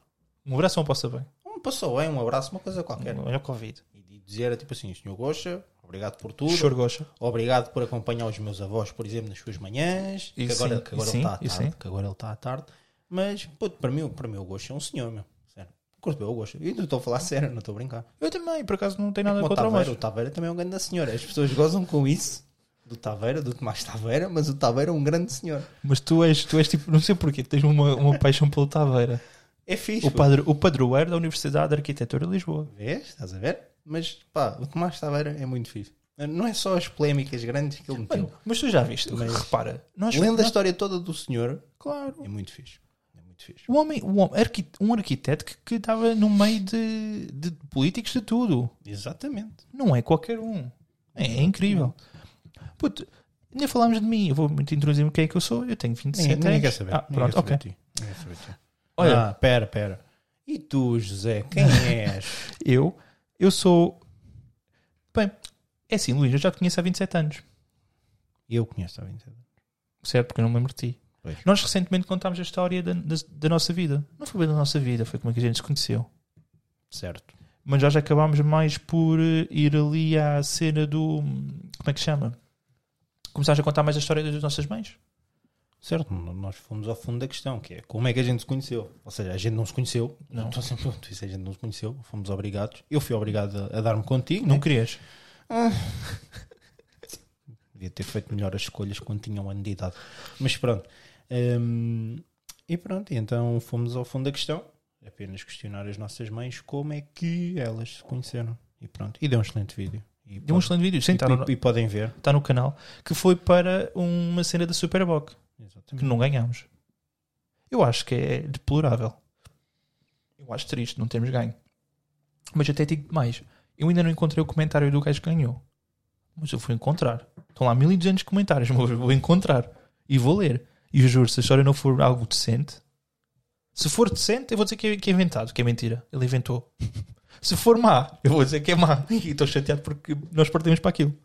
B: Um abraço não passa bem.
A: Um passou, hein? um abraço, uma coisa qualquer.
B: Olha o Covid.
A: E de dizer tipo assim: Senhor Gocha, obrigado por tudo.
B: Choro Gocha.
A: Obrigado por acompanhar os meus avós, por exemplo, nas suas manhãs.
B: E
A: que, agora,
B: sim,
A: que agora
B: e
A: ele
B: sim,
A: está à tarde.
B: e sim.
A: Que agora ele está à tarde. Mas, puto, para mim, para mim o Gocha é um senhor, meu. Sério. Curto bem o Gocha. E não estou a falar sério, não estou a brincar.
B: Eu também, por acaso não tenho nada
A: É Como o
B: contra o
A: Taveira, o
B: Gocha.
A: Taveira também é um grande senhor. As pessoas gozam com isso. Do Taveira, do Tomás Taveira, mas o Taveira é um grande senhor.
B: Mas tu és, tu és tipo, não sei porquê, tens uma, uma paixão pelo Taveira.
A: É fixe.
B: O,
A: puto.
B: padro, o padroeiro da Universidade de Arquitetura de Lisboa.
A: Vês? Estás a ver? Mas pá, o Tomás Taveira é muito fixe. Não é só as polémicas grandes que ele meteu.
B: Mano, mas tu já viste, repara. Nós,
A: Lendo a
B: nós-
A: história toda do senhor,
B: claro.
A: é muito fixe. É muito fixe.
B: O homem, o homem arqui- um arquiteto que, que estava no meio de, de políticos de tudo.
A: Exatamente.
B: Não é qualquer um. É, é incrível. Puto, nem falámos de mim. Eu vou muito introduzir o que é que eu sou. Eu tenho 27
A: Ninguém, ninguém
B: anos.
A: quer saber.
B: Ah,
A: Ninguém
B: pronto,
A: quer saber
B: ok.
A: de ti. Ninguém quer saber de ti.
B: Olha.
A: Ah, pera, pera. E tu, José, quem és?
B: Eu, eu sou. Bem, é assim, Luís, eu já te conheço há 27 anos,
A: Eu conheço a 27.
B: certo? Porque eu não me lembro de ti.
A: Pois.
B: Nós recentemente contámos a história da, da, da nossa vida. Não foi bem da nossa vida, foi como é que a gente se conheceu.
A: Certo.
B: Mas nós acabámos mais por eh, ir ali à cena do. Como é que chama? Começaste a contar mais a história das nossas mães?
A: Certo, n- nós fomos ao fundo da questão, que é como é que a gente se conheceu. Ou seja, a gente não se conheceu. Não. Então, assim, pronto, isso a gente não se conheceu. Fomos obrigados. Eu fui obrigado a, a dar-me contigo. né?
B: Não querias?
A: Devia ter feito melhor as escolhas quando tinha um ano de idade. Mas pronto. Hum, e pronto, e então fomos ao fundo da questão. Apenas questionar as nossas mães como é que elas se conheceram. E pronto. E deu um excelente vídeo. E,
B: Deu um excelente vídeo, sim, está no,
A: e, e podem ver.
B: está no canal. Que foi para uma cena da Superboc, que
A: Exatamente.
B: não ganhámos. Eu acho que é deplorável. Eu acho triste não termos ganho. Mas até digo mais. Eu ainda não encontrei o comentário do gajo que ganhou. Mas eu vou encontrar. Estão lá 1200 comentários, mas eu vou encontrar. E vou ler. E eu juro, se a história não for algo decente... Se for decente, eu vou dizer que é, que é inventado, que é mentira. Ele inventou. Se for má, eu vou dizer que é má. E estou chateado porque nós partimos para aquilo.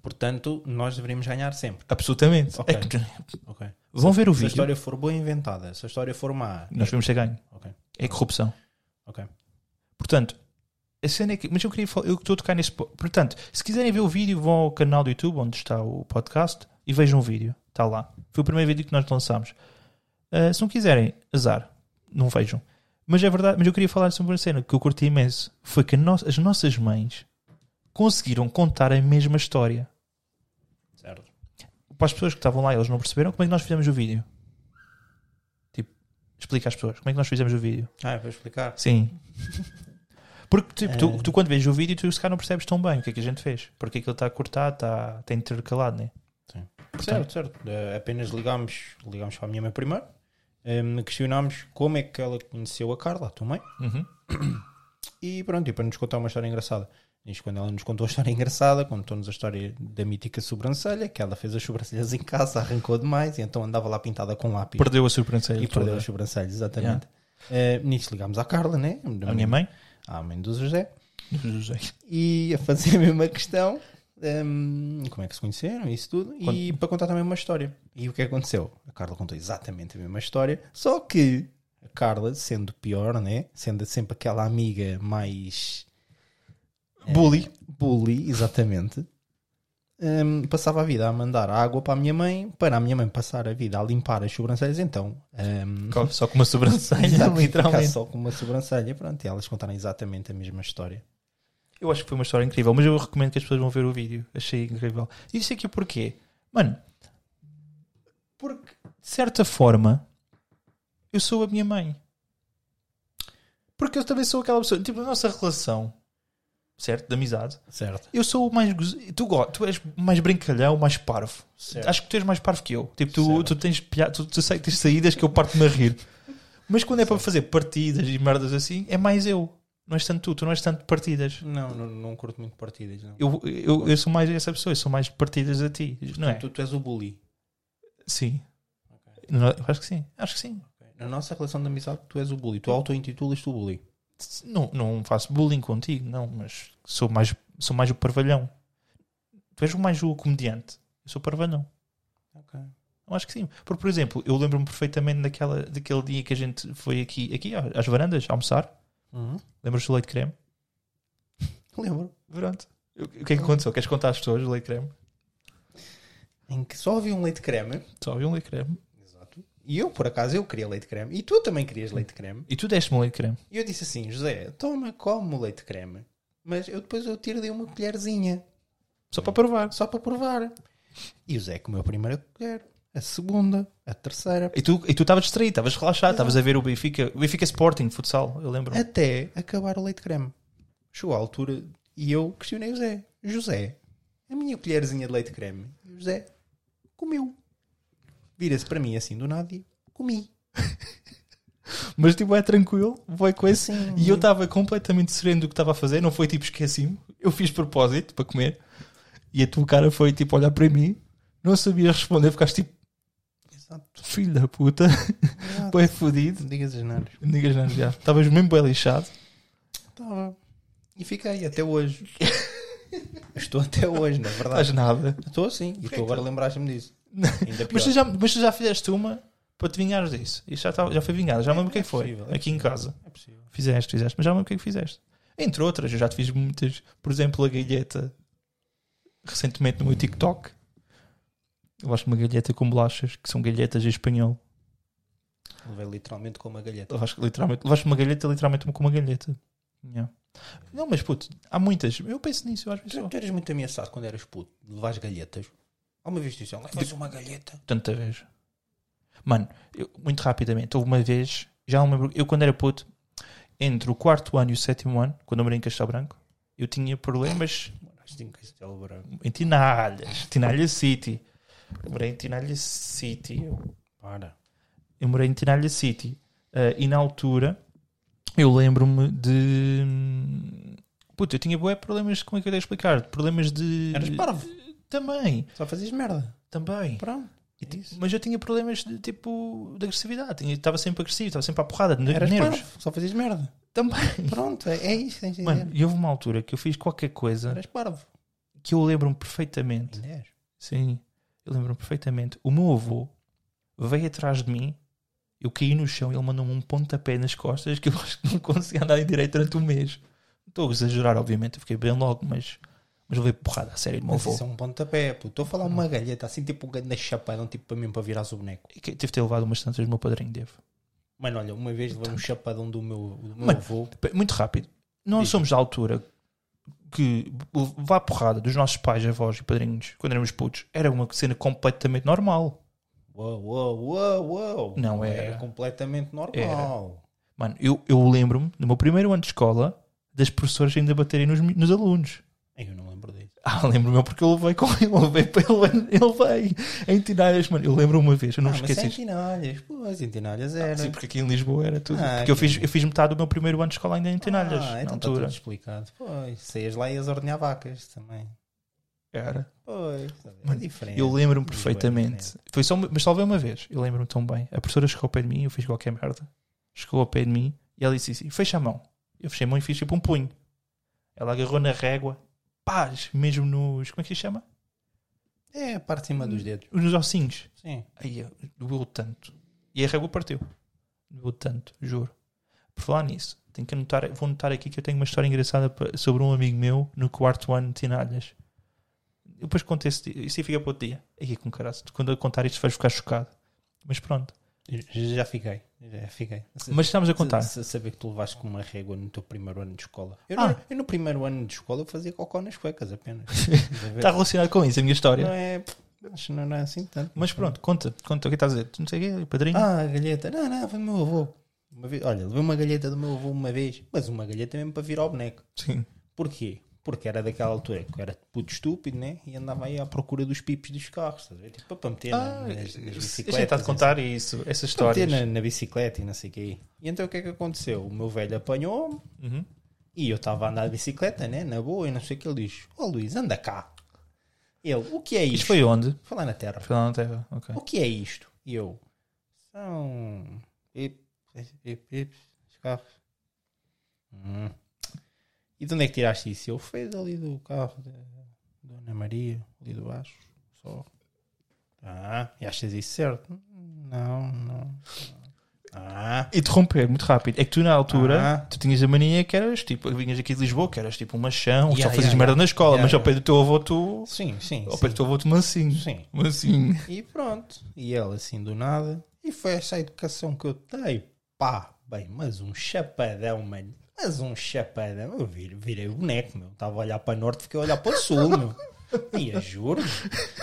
A: Portanto, nós deveríamos ganhar sempre.
B: Absolutamente.
A: Ok.
B: É que-
A: Ok.
B: Vão ver o
A: Se a
B: vídeo.
A: história for boa inventada, se a história for má.
B: Nós vamos ter ganho.
A: Ok.
B: É corrupção.
A: Ok.
B: Portanto, a cena é que. Mas eu queria falar, eu estou a tocar nesse. po- Portanto, se quiserem ver o vídeo, vão ao canal do YouTube onde está o podcast e vejam o vídeo. Está lá. Foi o primeiro vídeo que nós lançámos. Ah, se não quiserem, azar. Não vejam. Mas é verdade, mas eu queria falar sobre uma cena que eu curti imenso. Foi que a no- as nossas mães conseguiram contar a mesma história.
A: Certo.
B: Para as pessoas que estavam lá, eles não perceberam como é que nós fizemos o vídeo. Tipo, explica às pessoas como é que nós fizemos o vídeo.
A: Ah, eu vou explicar.
B: Sim. Porque tipo,
A: Eh.
B: tu, tu quando vês o vídeo, tu se calhar não percebes tão bem o que é que a gente fez. Porque aquilo está cortado, está tá intercalado, né?
A: Certo, certo. Eh, apenas ligámos, ligámos para a minha mãe primeiro. Hum, questionámos como é que ela conheceu a Carla, a tua mãe.
B: Uhum.
A: E pronto, e para nos contar uma história engraçada. Isto quando ela nos contou a história engraçada, contou-nos a história da mítica sobrancelha, que ela fez as sobrancelhas em casa, arrancou demais, e então andava lá pintada com lápis.
B: Perdeu a sobrancelha.
A: e perdeu
B: toda.
A: as sobrancelhas, exatamente. Eh, nisso ligámos à Carla, né?
B: A minha mãe?
A: À mãe do José.
B: José.
A: E a fazer a mesma questão, hum, como é que se conheceram, isso tudo, e para contar também uma história. E o que é que aconteceu? A Carla contou exatamente a mesma história, só que a Carla, sendo pior, né? Sendo sempre aquela amiga mais
B: Bully.
A: bully, exatamente, hum, passava a vida a mandar água para a minha mãe, para a minha mãe passar a vida a limpar as sobrancelhas, então hum,
B: Come Só com uma sobrancelha,
A: ficar
B: literalmente.
A: só com uma sobrancelha, pronto, e elas contaram exatamente a mesma história.
B: Eu acho que foi uma história incrível, mas eu recomendo que as pessoas vão ver o vídeo. Achei incrível. E isso aqui porquê? Mano, porque de certa forma eu sou a minha mãe. Porque eu também sou aquela pessoa. Tipo, a nossa relação, certo? De amizade.
A: Certo.
B: Eu sou o mais. gozo- Tu, go- tu és mais brincalhão, mais parvo.
A: Certo.
B: Acho que tu és mais parvo que eu. Tipo, tu,
A: Certo.
B: tu tens piada, tu, tu sei- tens saídas que eu parto-me a rir. Mas quando é para fazer partidas e merdas assim, é mais eu. Não és tanto tu, tu não és tanto partidas.
A: Não, não, não curto muito partidas, não.
B: Eu, eu, eu sou mais essa pessoa, eu sou mais partidas a ti, não é?
A: Tu, tu és o bully.
B: Sim. Não, eu acho que sim, acho que sim.
A: Na nossa relação de amizade, tu és o bully. Tu auto-intitulas-te o bully.
B: Não, não faço bullying contigo, não, mas sou mais, sou mais o parvalhão. Tu és o mais o comediante, eu sou o parvalhão.
A: Ok.
B: Eu acho que sim. Porque, por exemplo, eu lembro-me perfeitamente daquela, daquele dia que a gente foi aqui, aqui ó, às varandas, almoçar.
A: Uhum.
B: Lembras-te do leite creme?
A: Lembro.
B: Pronto. O que é que aconteceu? Queres contar às pessoas o leite creme?
A: Em que só havia um leite creme.
B: Só havia um leite creme.
A: Exato. E eu, por acaso, eu queria leite creme. E tu também querias leite creme.
B: E tu deste-me um leite creme.
A: E eu disse assim, José, toma, come o leite creme. Mas eu depois eu tiro-lhe uma colherzinha.
B: Só para provar.
A: Só para provar. E o Zé comeu a primeira colher. A segunda. A terceira.
B: E tu e tu estavas distraído, estavas relaxado, estavas a ver o Benfica, o Benfica Sporting, futsal, eu lembro.
A: Até acabar o leite creme. Chegou à altura e eu questionei o Zé. José, a minha colherzinha de leite creme. E o José comeu. Vira-se para mim assim do nada e comi.
B: Mas tipo, é tranquilo, vai coisa. E eu estava completamente sereno do que estava a fazer, não foi tipo esqueci-me, eu fiz propósito para comer. E a tua cara foi tipo olhar para mim, não sabias responder, ficaste tipo,
A: Exato.
B: filho da puta, bem fodido.
A: Digas as nares.
B: Não digas nada já. Estavas mesmo bem lixado.
A: Estava. E fiquei até hoje. Estou até hoje, na
B: Estás
A: verdade.
B: nada.
A: Estou assim. E tu agora lembraste-me disso. Ainda pior.
B: Mas tu, já, mas tu já fizeste uma para te vingares disso. Isto já, tá- já foi vingado, já me lembro o que é que foi.
A: possível, é
B: aqui em casa.
A: É possível.
B: Fizeste, fizeste, mas já me lembro o que é que fizeste. Entre outras, eu já te fiz muitas, por exemplo, a galheta recentemente no meu TikTok. Eu gosto de uma galheta com bolachas, que são galhetas em espanhol.
A: Levei literalmente com uma galheta.
B: Eu acho que literalmente, levaste uma galheta literalmente com uma galheta. Yeah. Não, mas puto, há muitas. Eu penso nisso, eu às vezes.
A: Tu,
B: eu-
A: tu eras muito ameaçado quando eras puto. de Levas galhetas. Alguma vez disse, levas uma galheta.
B: Tanta vez. Mano, eu- muito rapidamente, houve uma vez, já não me lembro, eu quando era puto, entre o quarto ano e o sétimo ano, quando eu morei em Castelo Branco, eu tinha problemas
A: Acho que tinha que ser branco.
B: em Tinalhas, Tinalha City. Eu morei em Tinalha City. eu-
A: Para.
B: Eu morei em Tinalha City. Ah, e na altura, eu lembro-me de. hum, Puta, eu tinha bué problemas, como é que eu ia explicar? Problemas de.
A: Eras parvo.
B: Também,
A: Só fazias merda.
B: também.
A: Pronto. é
B: E tipo, ti- Mas eu tinha problemas de tipo de agressividade. Tinha- Estava sempre agressivo, estava sempre à porrada, de
A: Eras
B: nervos.
A: parvo. Só fazias merda.
B: Também.
A: Pronto. É, é isso. Tens de
B: Mano,
A: dizer.
B: e houve uma altura que eu fiz qualquer coisa
A: Eras parvo.
B: que eu lembro-me perfeitamente.
A: Ainda és.
B: Sim, eu lembro-me perfeitamente. O meu avô veio atrás de mim, eu caí no chão e ele mandou-me um pontapé nas costas que eu acho que não consegui andar em direito durante um mês. Não Estou a exagerar, obviamente, eu fiquei bem logo, mas, mas levei porrada a sério do meu
A: Mas
B: avô.
A: isso é um pontapé, pô. Estou a falar uma galheta assim, tipo na chapadão, tipo para mim para virar o boneco.
B: E que- Tive de ter levado umas tantas do meu padrinho, devo.
A: Mano, olha, uma vez levei um chapadão do meu, do meu
B: Mano.
A: avô.
B: P- Muito rápido. Nós somos da altura que levar porrada dos nossos pais, avós e padrinhos, quando éramos putos, era uma cena completamente normal.
A: Uou, uou, uou, uou.
B: Não era.
A: É completamente normal.
B: Mano, eu, eu lembro-me, no meu primeiro ano de escola, das professoras ainda baterem nos, mi- nos alunos.
A: Ai, Eu não lembro disso.
B: Ah, lembro-me eu porque eu levei com ele, eu levei pelo ele veio em Tinalhas, mano. Eu lembro uma vez, eu não
A: Ah,
B: me
A: mas
B: esqueci.
A: sem
B: isto.
A: tinalhas. Pois, em tinalhas era.
B: Sim, porque aqui em Lisboa era tudo.
A: né? Ah,
B: porque eu
A: aqui.
B: fiz, eu fiz metade do meu primeiro ano de escola ainda em Tinalhas,
A: Ah,
B: na
A: então está tudo
B: altura.
A: explicado. Pois, saías lá e as ordenhar vacas também.
B: Era.
A: Pois, é
B: Mano,
A: diferente.
B: Eu lembro-me
A: Lisboa é
B: perfeitamente.
A: diferente.
B: Foi só, uma- mas só veio uma vez. Eu lembro-me tão bem. A professora chegou ao pé de mim, eu fiz qualquer merda. Chegou ao pé de mim e ela disse assim: fecha a mão. Eu fechei a mão e fiz tipo um punho. Ela agarrou na régua, paz, mesmo nos. Como é que se chama?
A: É, a parte de cima dos dedos.
B: Nos ossinhos.
A: Sim.
B: Aí eu- doeu tanto. E a régua partiu. Doeu tanto, juro. Por falar nisso, tenho que anotar, vou anotar aqui que eu tenho uma história engraçada pa- sobre um amigo meu no quarto ano de Tinalhas. Eu Depois conto esse dia. Isso aí fica para outro dia. Aqui com caralho. Quando eu contar isto, vais ficar chocado. Mas pronto.
A: Já já fiquei, já fiquei.
B: Mas estamos a contar.
A: Se, se saber que tu levaste com uma régua no teu primeiro ano de escola. Eu,
B: Ah.
A: não- eu no primeiro ano de escola eu fazia cocó nas cuecas apenas.
B: Está relacionado com isso a minha história.
A: não é, pff, acho que não é assim tanto.
B: Mas pronto, conta. Conta o que estás a dizer. Tu Não sei o quê, padrinho.
A: Ah, a galheta. Não, não, foi do meu avô. Uma vez, olha, levei uma galheta do meu avô uma vez, mas uma galheta mesmo para virar o boneco.
B: Sim.
A: Porquê? Porque era daquela altura que eu era puto estúpido, né? E andava aí à procura dos pipos dos carros, estás a ver? Tipo, para meter na-
B: Ah,
A: nas, nas
B: Deixa eu
A: bicicletas.
B: tentar contar isso, essas
A: Para meter
B: histórias.
A: na, na bicicleta e não sei o quê. E então o que é que aconteceu? O meu velho apanhou-me
B: Uhum.
A: e eu estava a andar de bicicleta, né? Na boa e não sei o que. Ele diz: Ó Luís, anda cá. Ele, o que é isto?
B: Isto foi onde?
A: Foi lá na terra.
B: Foi lá na Terra. Ok.
A: O que é isto? E eu, são. Ip, ip, ip, os carros. Hum. E de onde é que tiraste isso? Eu fez ali do carro da Dona Maria, ali do baixo, só. Ah, e achas isso certo? Não, não. Ah,
B: E Interromper muito rápido. É que tu na altura,
A: Ah.
B: tu tinhas a mania que eras tipo, vinhas aqui de Lisboa, que eras tipo um machão,
A: Yeah,
B: só fazias
A: yeah,
B: merda
A: yeah.
B: na escola,
A: Yeah,
B: mas ao
A: yeah.
B: pé do teu avô tu.
A: sim, sim.
B: Ao pé do
A: sim,
B: teu avô tu mansinho.
A: sim.
B: Mansinho.
A: E pronto. E ela assim do nada. E foi essa educação que eu dei. Pá, bem, mas um chapadão, mano. Mas um chapadão. Eu vir, virei boneco, meu. Estava a olhar para norte, fiquei a olhar para o sul, meu. E eu juro.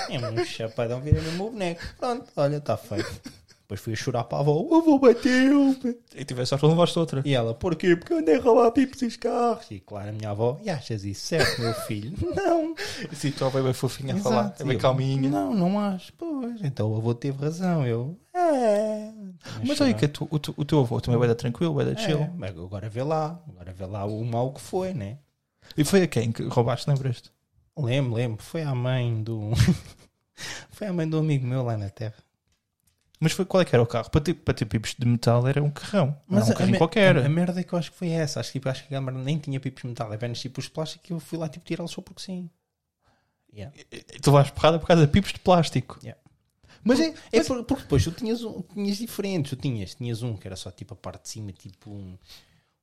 A: É um chapadão, virei mesmo o boneco. Pronto, olha, está feito. Depois fui a chorar para a avó. O avô bateu-me.
B: E tivesse sorte, não levaste outra.
A: E ela, porquê? Porque eu andei a roubar pipos dos carros. E claro, a minha avó, e achas isso certo, meu filho? Não.
B: E sim,
A: oh,
B: tu bem, bem fofinha a
A: Exato.
B: falar, é bem
A: Eu,
B: calminha.
A: Não, não acho. Pois, então o avô teve razão. Eu. É.
B: Mas olha que tu- o, tu- o teu avô também vai dar tranquilo, vai dar
A: É,
B: chill.
A: mas agora vê lá. Agora vê lá o mal que foi, né?
B: E foi a quem que roubaste, lembras-te?
A: Lembro, lembro. Foi a mãe do. foi a mãe do amigo meu lá na Terra.
B: Mas foi, qual é que era o carro? Para ter, para ter pipos de metal era um carrão. Mas era um carrinho
A: me-
B: qualquer.
A: a merda é que eu acho que foi essa. Acho que, tipo, acho que a câmara nem tinha pipos de metal. Apenas tipo os plásticos e eu fui lá tipo tirá-los só porque sim. Yeah.
B: tu vais porrada por causa de pipos de plástico.
A: Yeah.
B: Mas é,
A: É por- porque depois tu tinhas, um, tinhas diferentes, tu tinhas, tinhas um que era só tipo a parte de cima, tipo um,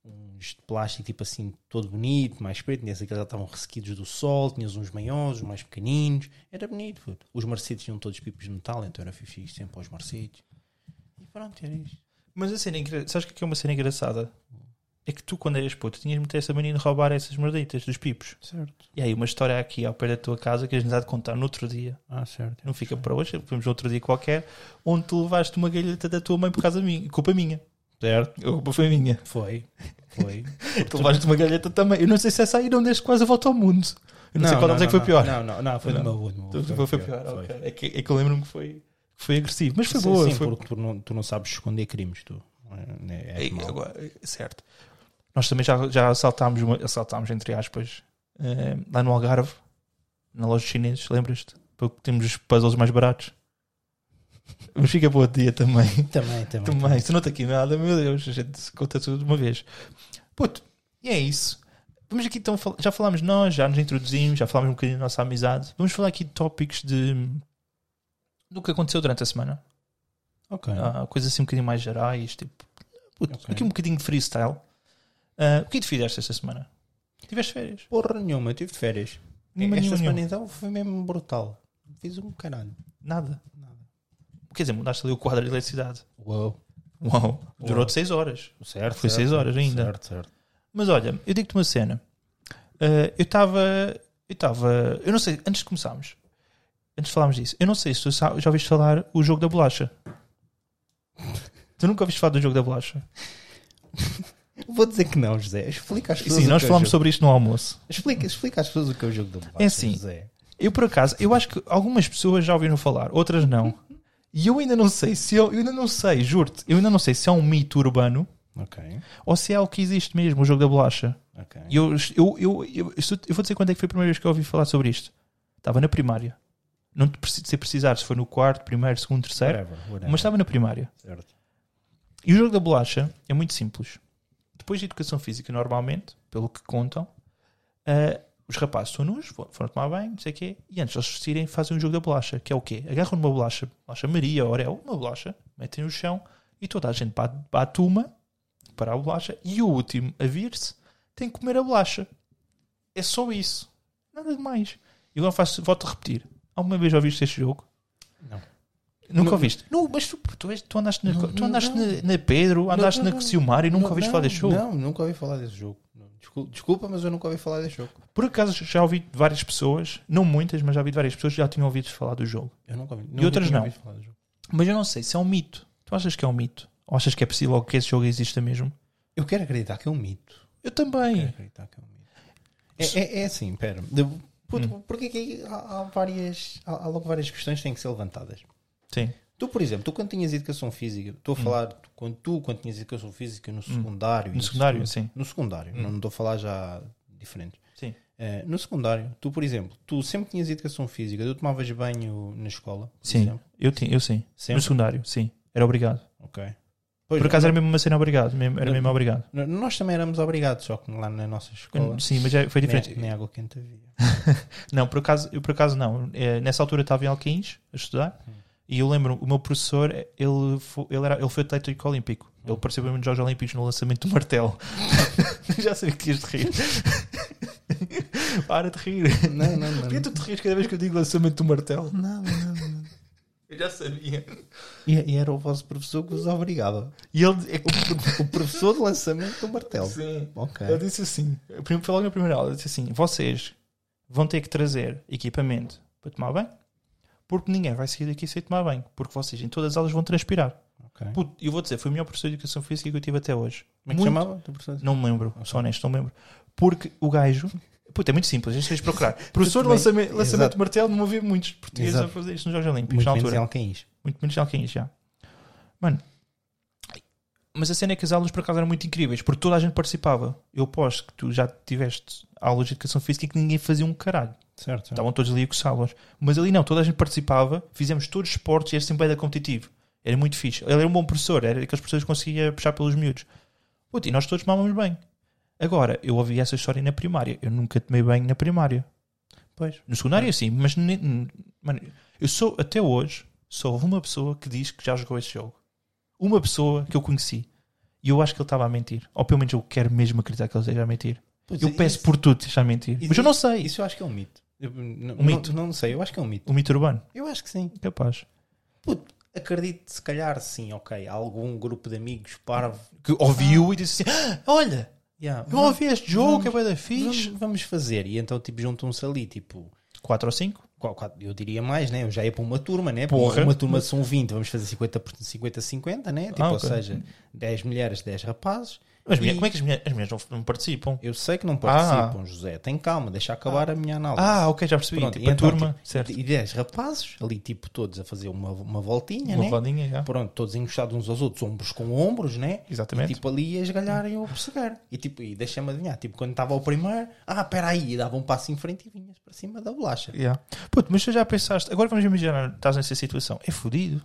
A: uns de plástico, tipo assim, todo bonito, mais preto, tinhas aqueles que já estavam ressequidos do sol, tinhas uns maiores, uns mais pequeninos, era bonito. puto. Os Mercedes tinham todos pipos de metal, então era fixe ir sempre aos Mercedes. E pronto, era isto.
B: Mas a cena engraçada, sabes o que é que é uma cena engraçada? É que tu, quando eras puto, tinhas muito essa mania de roubar essas merditas dos pipos.
A: Certo.
B: E aí, uma história aqui ao pé da tua casa que a gente há de contar no outro dia.
A: Ah, certo.
B: Não fica para hoje, vamos no outro dia qualquer. Onde tu levaste uma galheta da tua mãe por causa minha, culpa minha.
A: Certo.
B: A culpa foi minha.
A: Foi, foi.
B: Tu levaste uma galheta também. Eu não sei se essa aí não deste quase a volta ao mundo. Eu não, sei qual delas é que foi pior.
A: Não, não, não, foi
B: Não.
A: do meu avô. do meu
B: Tu-
A: avô,
B: tu- foi pior.
A: foi.
B: ok. É, que, é que eu lembro-me que foi, que foi agressivo. Mas foi
A: Sim,
B: boa.
A: sim,
B: foi...
A: porque tu não, tu não sabes esconder crimes, tu. É, é,
B: Ei,
A: mau.
B: agora, certo. Nós também já, já assaltámos, uma- assaltámos, entre aspas, eh, lá no Algarve, na loja dos chineses, lembras-te? Porque temos os puzzles mais baratos. Mas fica para outro dia também.
A: Também, também.
B: também. Se não está aqui nada, meu Deus, a gente conta tudo de uma vez. Puto, e é isso. Vamos aqui então, fal- já falámos nós, já nos introduzimos, já falámos um bocadinho da nossa amizade. Vamos falar aqui de tópicos de... do que aconteceu durante a semana.
A: Ok.
B: Ah, coisas assim um bocadinho mais gerais, tipo puto,
A: É. Ok.
B: aqui um bocadinho de freestyle. Ah, o que é que tu fizeste esta semana? Tiveste férias?
A: Porra nenhuma, eu tive de férias.
B: Nenhuma,
A: É, Esta
B: nenhuma,
A: semana
B: nenhuma.
A: então foi mesmo brutal. Fiz um caralho.
B: Nada.
A: Nada.
B: Quer dizer, mudaste ali o quadro de eletricidade.
A: Uau.
B: Uau, durou
A: Uau.
B: de 6 horas.
A: Certo.
B: Foi
A: certo.
B: seis horas ainda.
A: Certo, certo.
B: Mas olha, eu digo-te uma cena. Ah, eu estava. Eu estava. Eu não sei, antes de começarmos, antes de falarmos disso, eu não sei se tu sa- já ouviste falar o jogo da bolacha. tu nunca ouviste falar do jogo da bolacha?
A: Vou dizer que não, José. Explica às pessoas.
B: Sim,
A: o
B: nós
A: que é o
B: falámos
A: jogo.
B: sobre isto no almoço.
A: Explica, explica às pessoas o que é o jogo do bolacha,
B: É assim.
A: José.
B: Eu, por acaso, eu acho que algumas pessoas já ouviram falar, outras não. E eu ainda não sei se é, eu, eu ainda não sei, juro-te, eu ainda não sei se é um mito urbano
A: Ok.
B: ou se é algo que existe mesmo, o jogo da bolacha.
A: Ok.
B: E eu, eu, eu, eu, eu, eu vou dizer quando é que foi a primeira vez que eu ouvi falar sobre isto. Estava na primária. Não te preci- sei precisar se foi no quarto, primeiro, segundo, terceiro,
A: Whatever, whatever.
B: mas tá estava na primária.
A: Certo.
B: E o jogo da bolacha é muito simples. Depois de educação física, normalmente, pelo que contam, ah, os rapazes estão nus, fo- foram tomar banho, não sei o quê, e antes de eles vestirem, fazem um jogo da bolacha, que é o quê? Agarram uma bolacha, bolacha Maria, Orel, uma bolacha, metem no chão e toda a gente bate, bate uma para a bolacha e o último a vir-se tem que comer a bolacha. É só isso. Nada de mais. E agora faço, volto a repetir. Alguma vez ouviste este jogo?
A: Não.
B: Nunca
A: Não.
B: ouviste? Não, mas tu, tu, és- tu andaste, na,
A: Não,
B: tu
A: não,
B: andaste
A: não.
B: Na, na Pedro, andaste
A: não,
B: na
A: não.
B: Cociumar e nunca
A: Não,
B: ouviste
A: não,
B: falar deste jogo.
A: Não, nunca ouvi falar desse jogo. Não, descul- Desculpa, mas eu nunca ouvi falar desse jogo.
B: Por acaso já ouvi de várias pessoas, não muitas, mas já ouvi de várias pessoas que já tinham ouvido falar do jogo.
A: Eu nunca ouvi.
B: E outras
A: nunca
B: não.
A: ouvi falar desse jogo.
B: Mas eu não sei se é um mito. Tu achas que é um mito? Ou achas que é possível que esse jogo exista mesmo?
A: Eu quero acreditar que é um mito.
B: Eu
A: Eu quero
B: também.
A: acreditar que é um mito. É, é, é assim, pera. De- por-
B: Hum.
A: Porque aqui há, há várias. Há, há logo várias questões que têm que ser levantadas.
B: Sim.
A: Tu, por exemplo, tu quando tinhas educação física, estou a falar tu- quando tu quando tinhas educação física no secundário. e
B: Hum. No secundário,
A: segundo-
B: sim. Hum.
A: No secundário, não estou a falar já diferente.
B: Sim.
A: Eh, no secundário, tu, por exemplo, tu sempre tinhas educação física, tu tomavas banho na escola, por
B: Sim.
A: exemplo?
B: Eu, ti- eu sim. No
A: é um- Sempre?
B: secundário, sim. Era obrigado.
A: Ok.
B: Por acaso era mesmo uma cena obrigado. mesmo- Era
A: Não.
B: mesmo obrigado.
A: No- Nós também éramos obrigados, só que lá na nossa escola
B: Sim, mas já foi diferente.
A: nem, nem água quente havia.
B: Não, por acaso, eu por acaso não. Eh, Nessa altura estava em Alquins a estudar e eu lembro o meu professor, ele foi, ele era, ele foi atleta olímpico. Ele participou nos Jogos Olímpicos no lançamento do martelo. Já sabia que tinhas de rir. Para de rir.
A: Não, não, não.
B: Porquê tu te rires cada vez que eu digo lançamento do martelo? Não, não, não. Eu já sabia.
A: E, e era o vosso professor que vos obrigava.
B: E ele, é que-
A: O professor de lançamento do martelo.
B: Sim.
A: Ok.
B: Ele disse assim: a prim- foi logo na primeira aula, ele disse assim: vocês vão ter que trazer equipamento para tomar banho, porque ninguém vai sair daqui sem tomar banho, porque vocês em todas as aulas vão transpirar.
A: Ok.
B: Puto, eu vou dizer, foi o melhor professor de educação física que eu tive até hoje.
A: Como é que
B: Muito-
A: chamava? o professor?
B: Não me lembro, sou honesto, não me lembro. Porque o gajo. Puto, é muito simples, a gente tens de procurar. Professor de
A: também-
B: lançamento, lançamento
A: Exato.
B: de martelo, não havia muitos portugueses
A: Exato.
B: a fazer isto nos Jogos Olímpicos
A: Muito
B: na
A: menos
B: altura.
A: em Alquins.
B: Muito menos de alquinhos já. Mano, mas a cena é que as aulas por acaso eram muito incríveis, porque toda a gente participava. Eu aposto que tu já tiveste aulas de educação física e que ninguém fazia um caralho.
A: Certo.
B: Estavam todos ali a coçá-los. Mas ali não, toda a gente participava, fizemos todos os esportes e era sempre bem competitivo. Era muito fixe. Ele era um bom professor, era aqueles professores que conseguia puxar pelos miúdos. Puta, e nós todos tomávamos bem. Agora, eu ouvi essa história na primária. Eu nunca tomei banho na primária.
A: Pois.
B: No secundário, sim, mas nem- mano, eu sou, até hoje, só houve uma pessoa que diz que já jogou esse jogo. Uma pessoa que eu conheci. E eu acho que ele estava a mentir. Ou pelo menos eu quero mesmo acreditar que ele esteja a mentir.
A: Pois, é,
B: eu
A: isso-
B: peço por tudo que esteja a mentir.
A: isso-
B: mas eu não sei.
A: Isso eu acho que é um mito. Eu, n-
B: Um mito?
A: Não, não sei, eu acho que é um mito.
B: O mito urbano.
A: Eu acho que sim.
B: Capaz.
A: Puto, acredito, se calhar, sim, ok. Há algum grupo de amigos parvo.
B: Que ouviu e disse assim: "Ah, Olha,
A: Yeah,
B: eu ouvi este jogo,
A: vamos-
B: que é bué da
A: vamos,
B: fixe.
A: vamos fazer. E então, tipo, juntam-se ali, tipo.
B: 4 ou 5?
A: qual- qual- Eu diria mais, né? Eu já ia para uma turma, né? Para uma-
B: Porra.
A: Uma turma são 20, vamos fazer 50, por- 50 50, né? Tipo,
B: Ah,
A: Ou
B: ok.
A: seja, 10 mulheres, 10 rapazes.
B: Mas
A: E
B: mulher- como é que as mulheres, as mulheres não, não participam?
A: Eu sei que não participam, José. Tem calma, deixa acabar a minha análise.
B: Ah, ok, já percebi.
A: Pronto,
B: tipo, a
A: e então,
B: turma,
A: tipo,
B: certo.
A: E 10 rapazes, ali, tipo, todos a fazer uma, uma voltinha,
B: Uma
A: né?
B: rodinha, já.
A: Pronto, todos encostados uns aos outros, ombros com ombros, né?
B: Exatamente.
A: E, tipo, ali a esgalharem ou a perseguir. E, tipo, e deixa-me adivinhar, tipo, quando estava o primeiro, ah, peraí, e dava um passo em frente e vinhas para cima da bolacha.
B: Yeah. Puto, mas tu já pensaste, agora vamos imaginar, estás nessa situação, é fodido.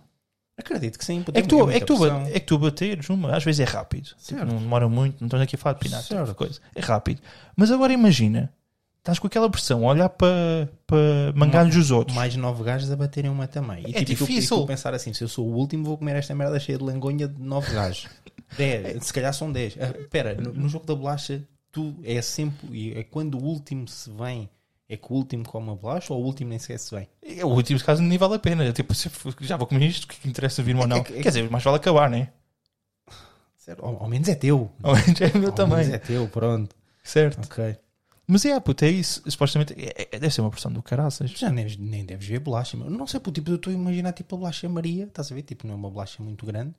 A: Acredito que sim.
B: É que, tu, é, que tu, ba-
A: pressão.
B: é que tu bateres uma, às vezes é rápido. Tipo,
A: Certo.
B: não demora muito, não estamos aqui a falar de pinata,
A: Certo.
B: coisa. É rápido. Mas agora imagina, estás com aquela pressão, a olhar para, para mangalhos dos outros.
A: mais nove gajos a baterem uma também. E
B: É
A: tipo, e tu- e
B: difícil.
A: tu pensar assim: se eu sou o último, vou comer esta merda cheia de langonha de nove gajos. Dez, se calhar são dez. Ah, Espera, no, no jogo da bolacha, tu é sempre. e É quando o último se vem, é que o último come a bolacha ou o último nem sequer se vem?
B: É, O último caso nem vale a pena. É Tipo, se f- já vou comer isto, que interessa vir ou não.
A: É que- é que-
B: Quer dizer, mais vale acabar, né?
A: Certo? Ao, ao menos é teu.
B: Ao menos é o meu
A: Ao
B: também.
A: menos é teu, pronto.
B: Certo.
A: Ok.
B: Mas é, puto, é isso. Supostamente, é- é- deve ser uma pressão do caraças.
A: Tu já nem, nem deves ver bolacha. meu. Não sei, pô, tipo, eu estou a imaginar tipo a bolacha Maria, estás a ver? Tipo, não é uma bolacha muito grande.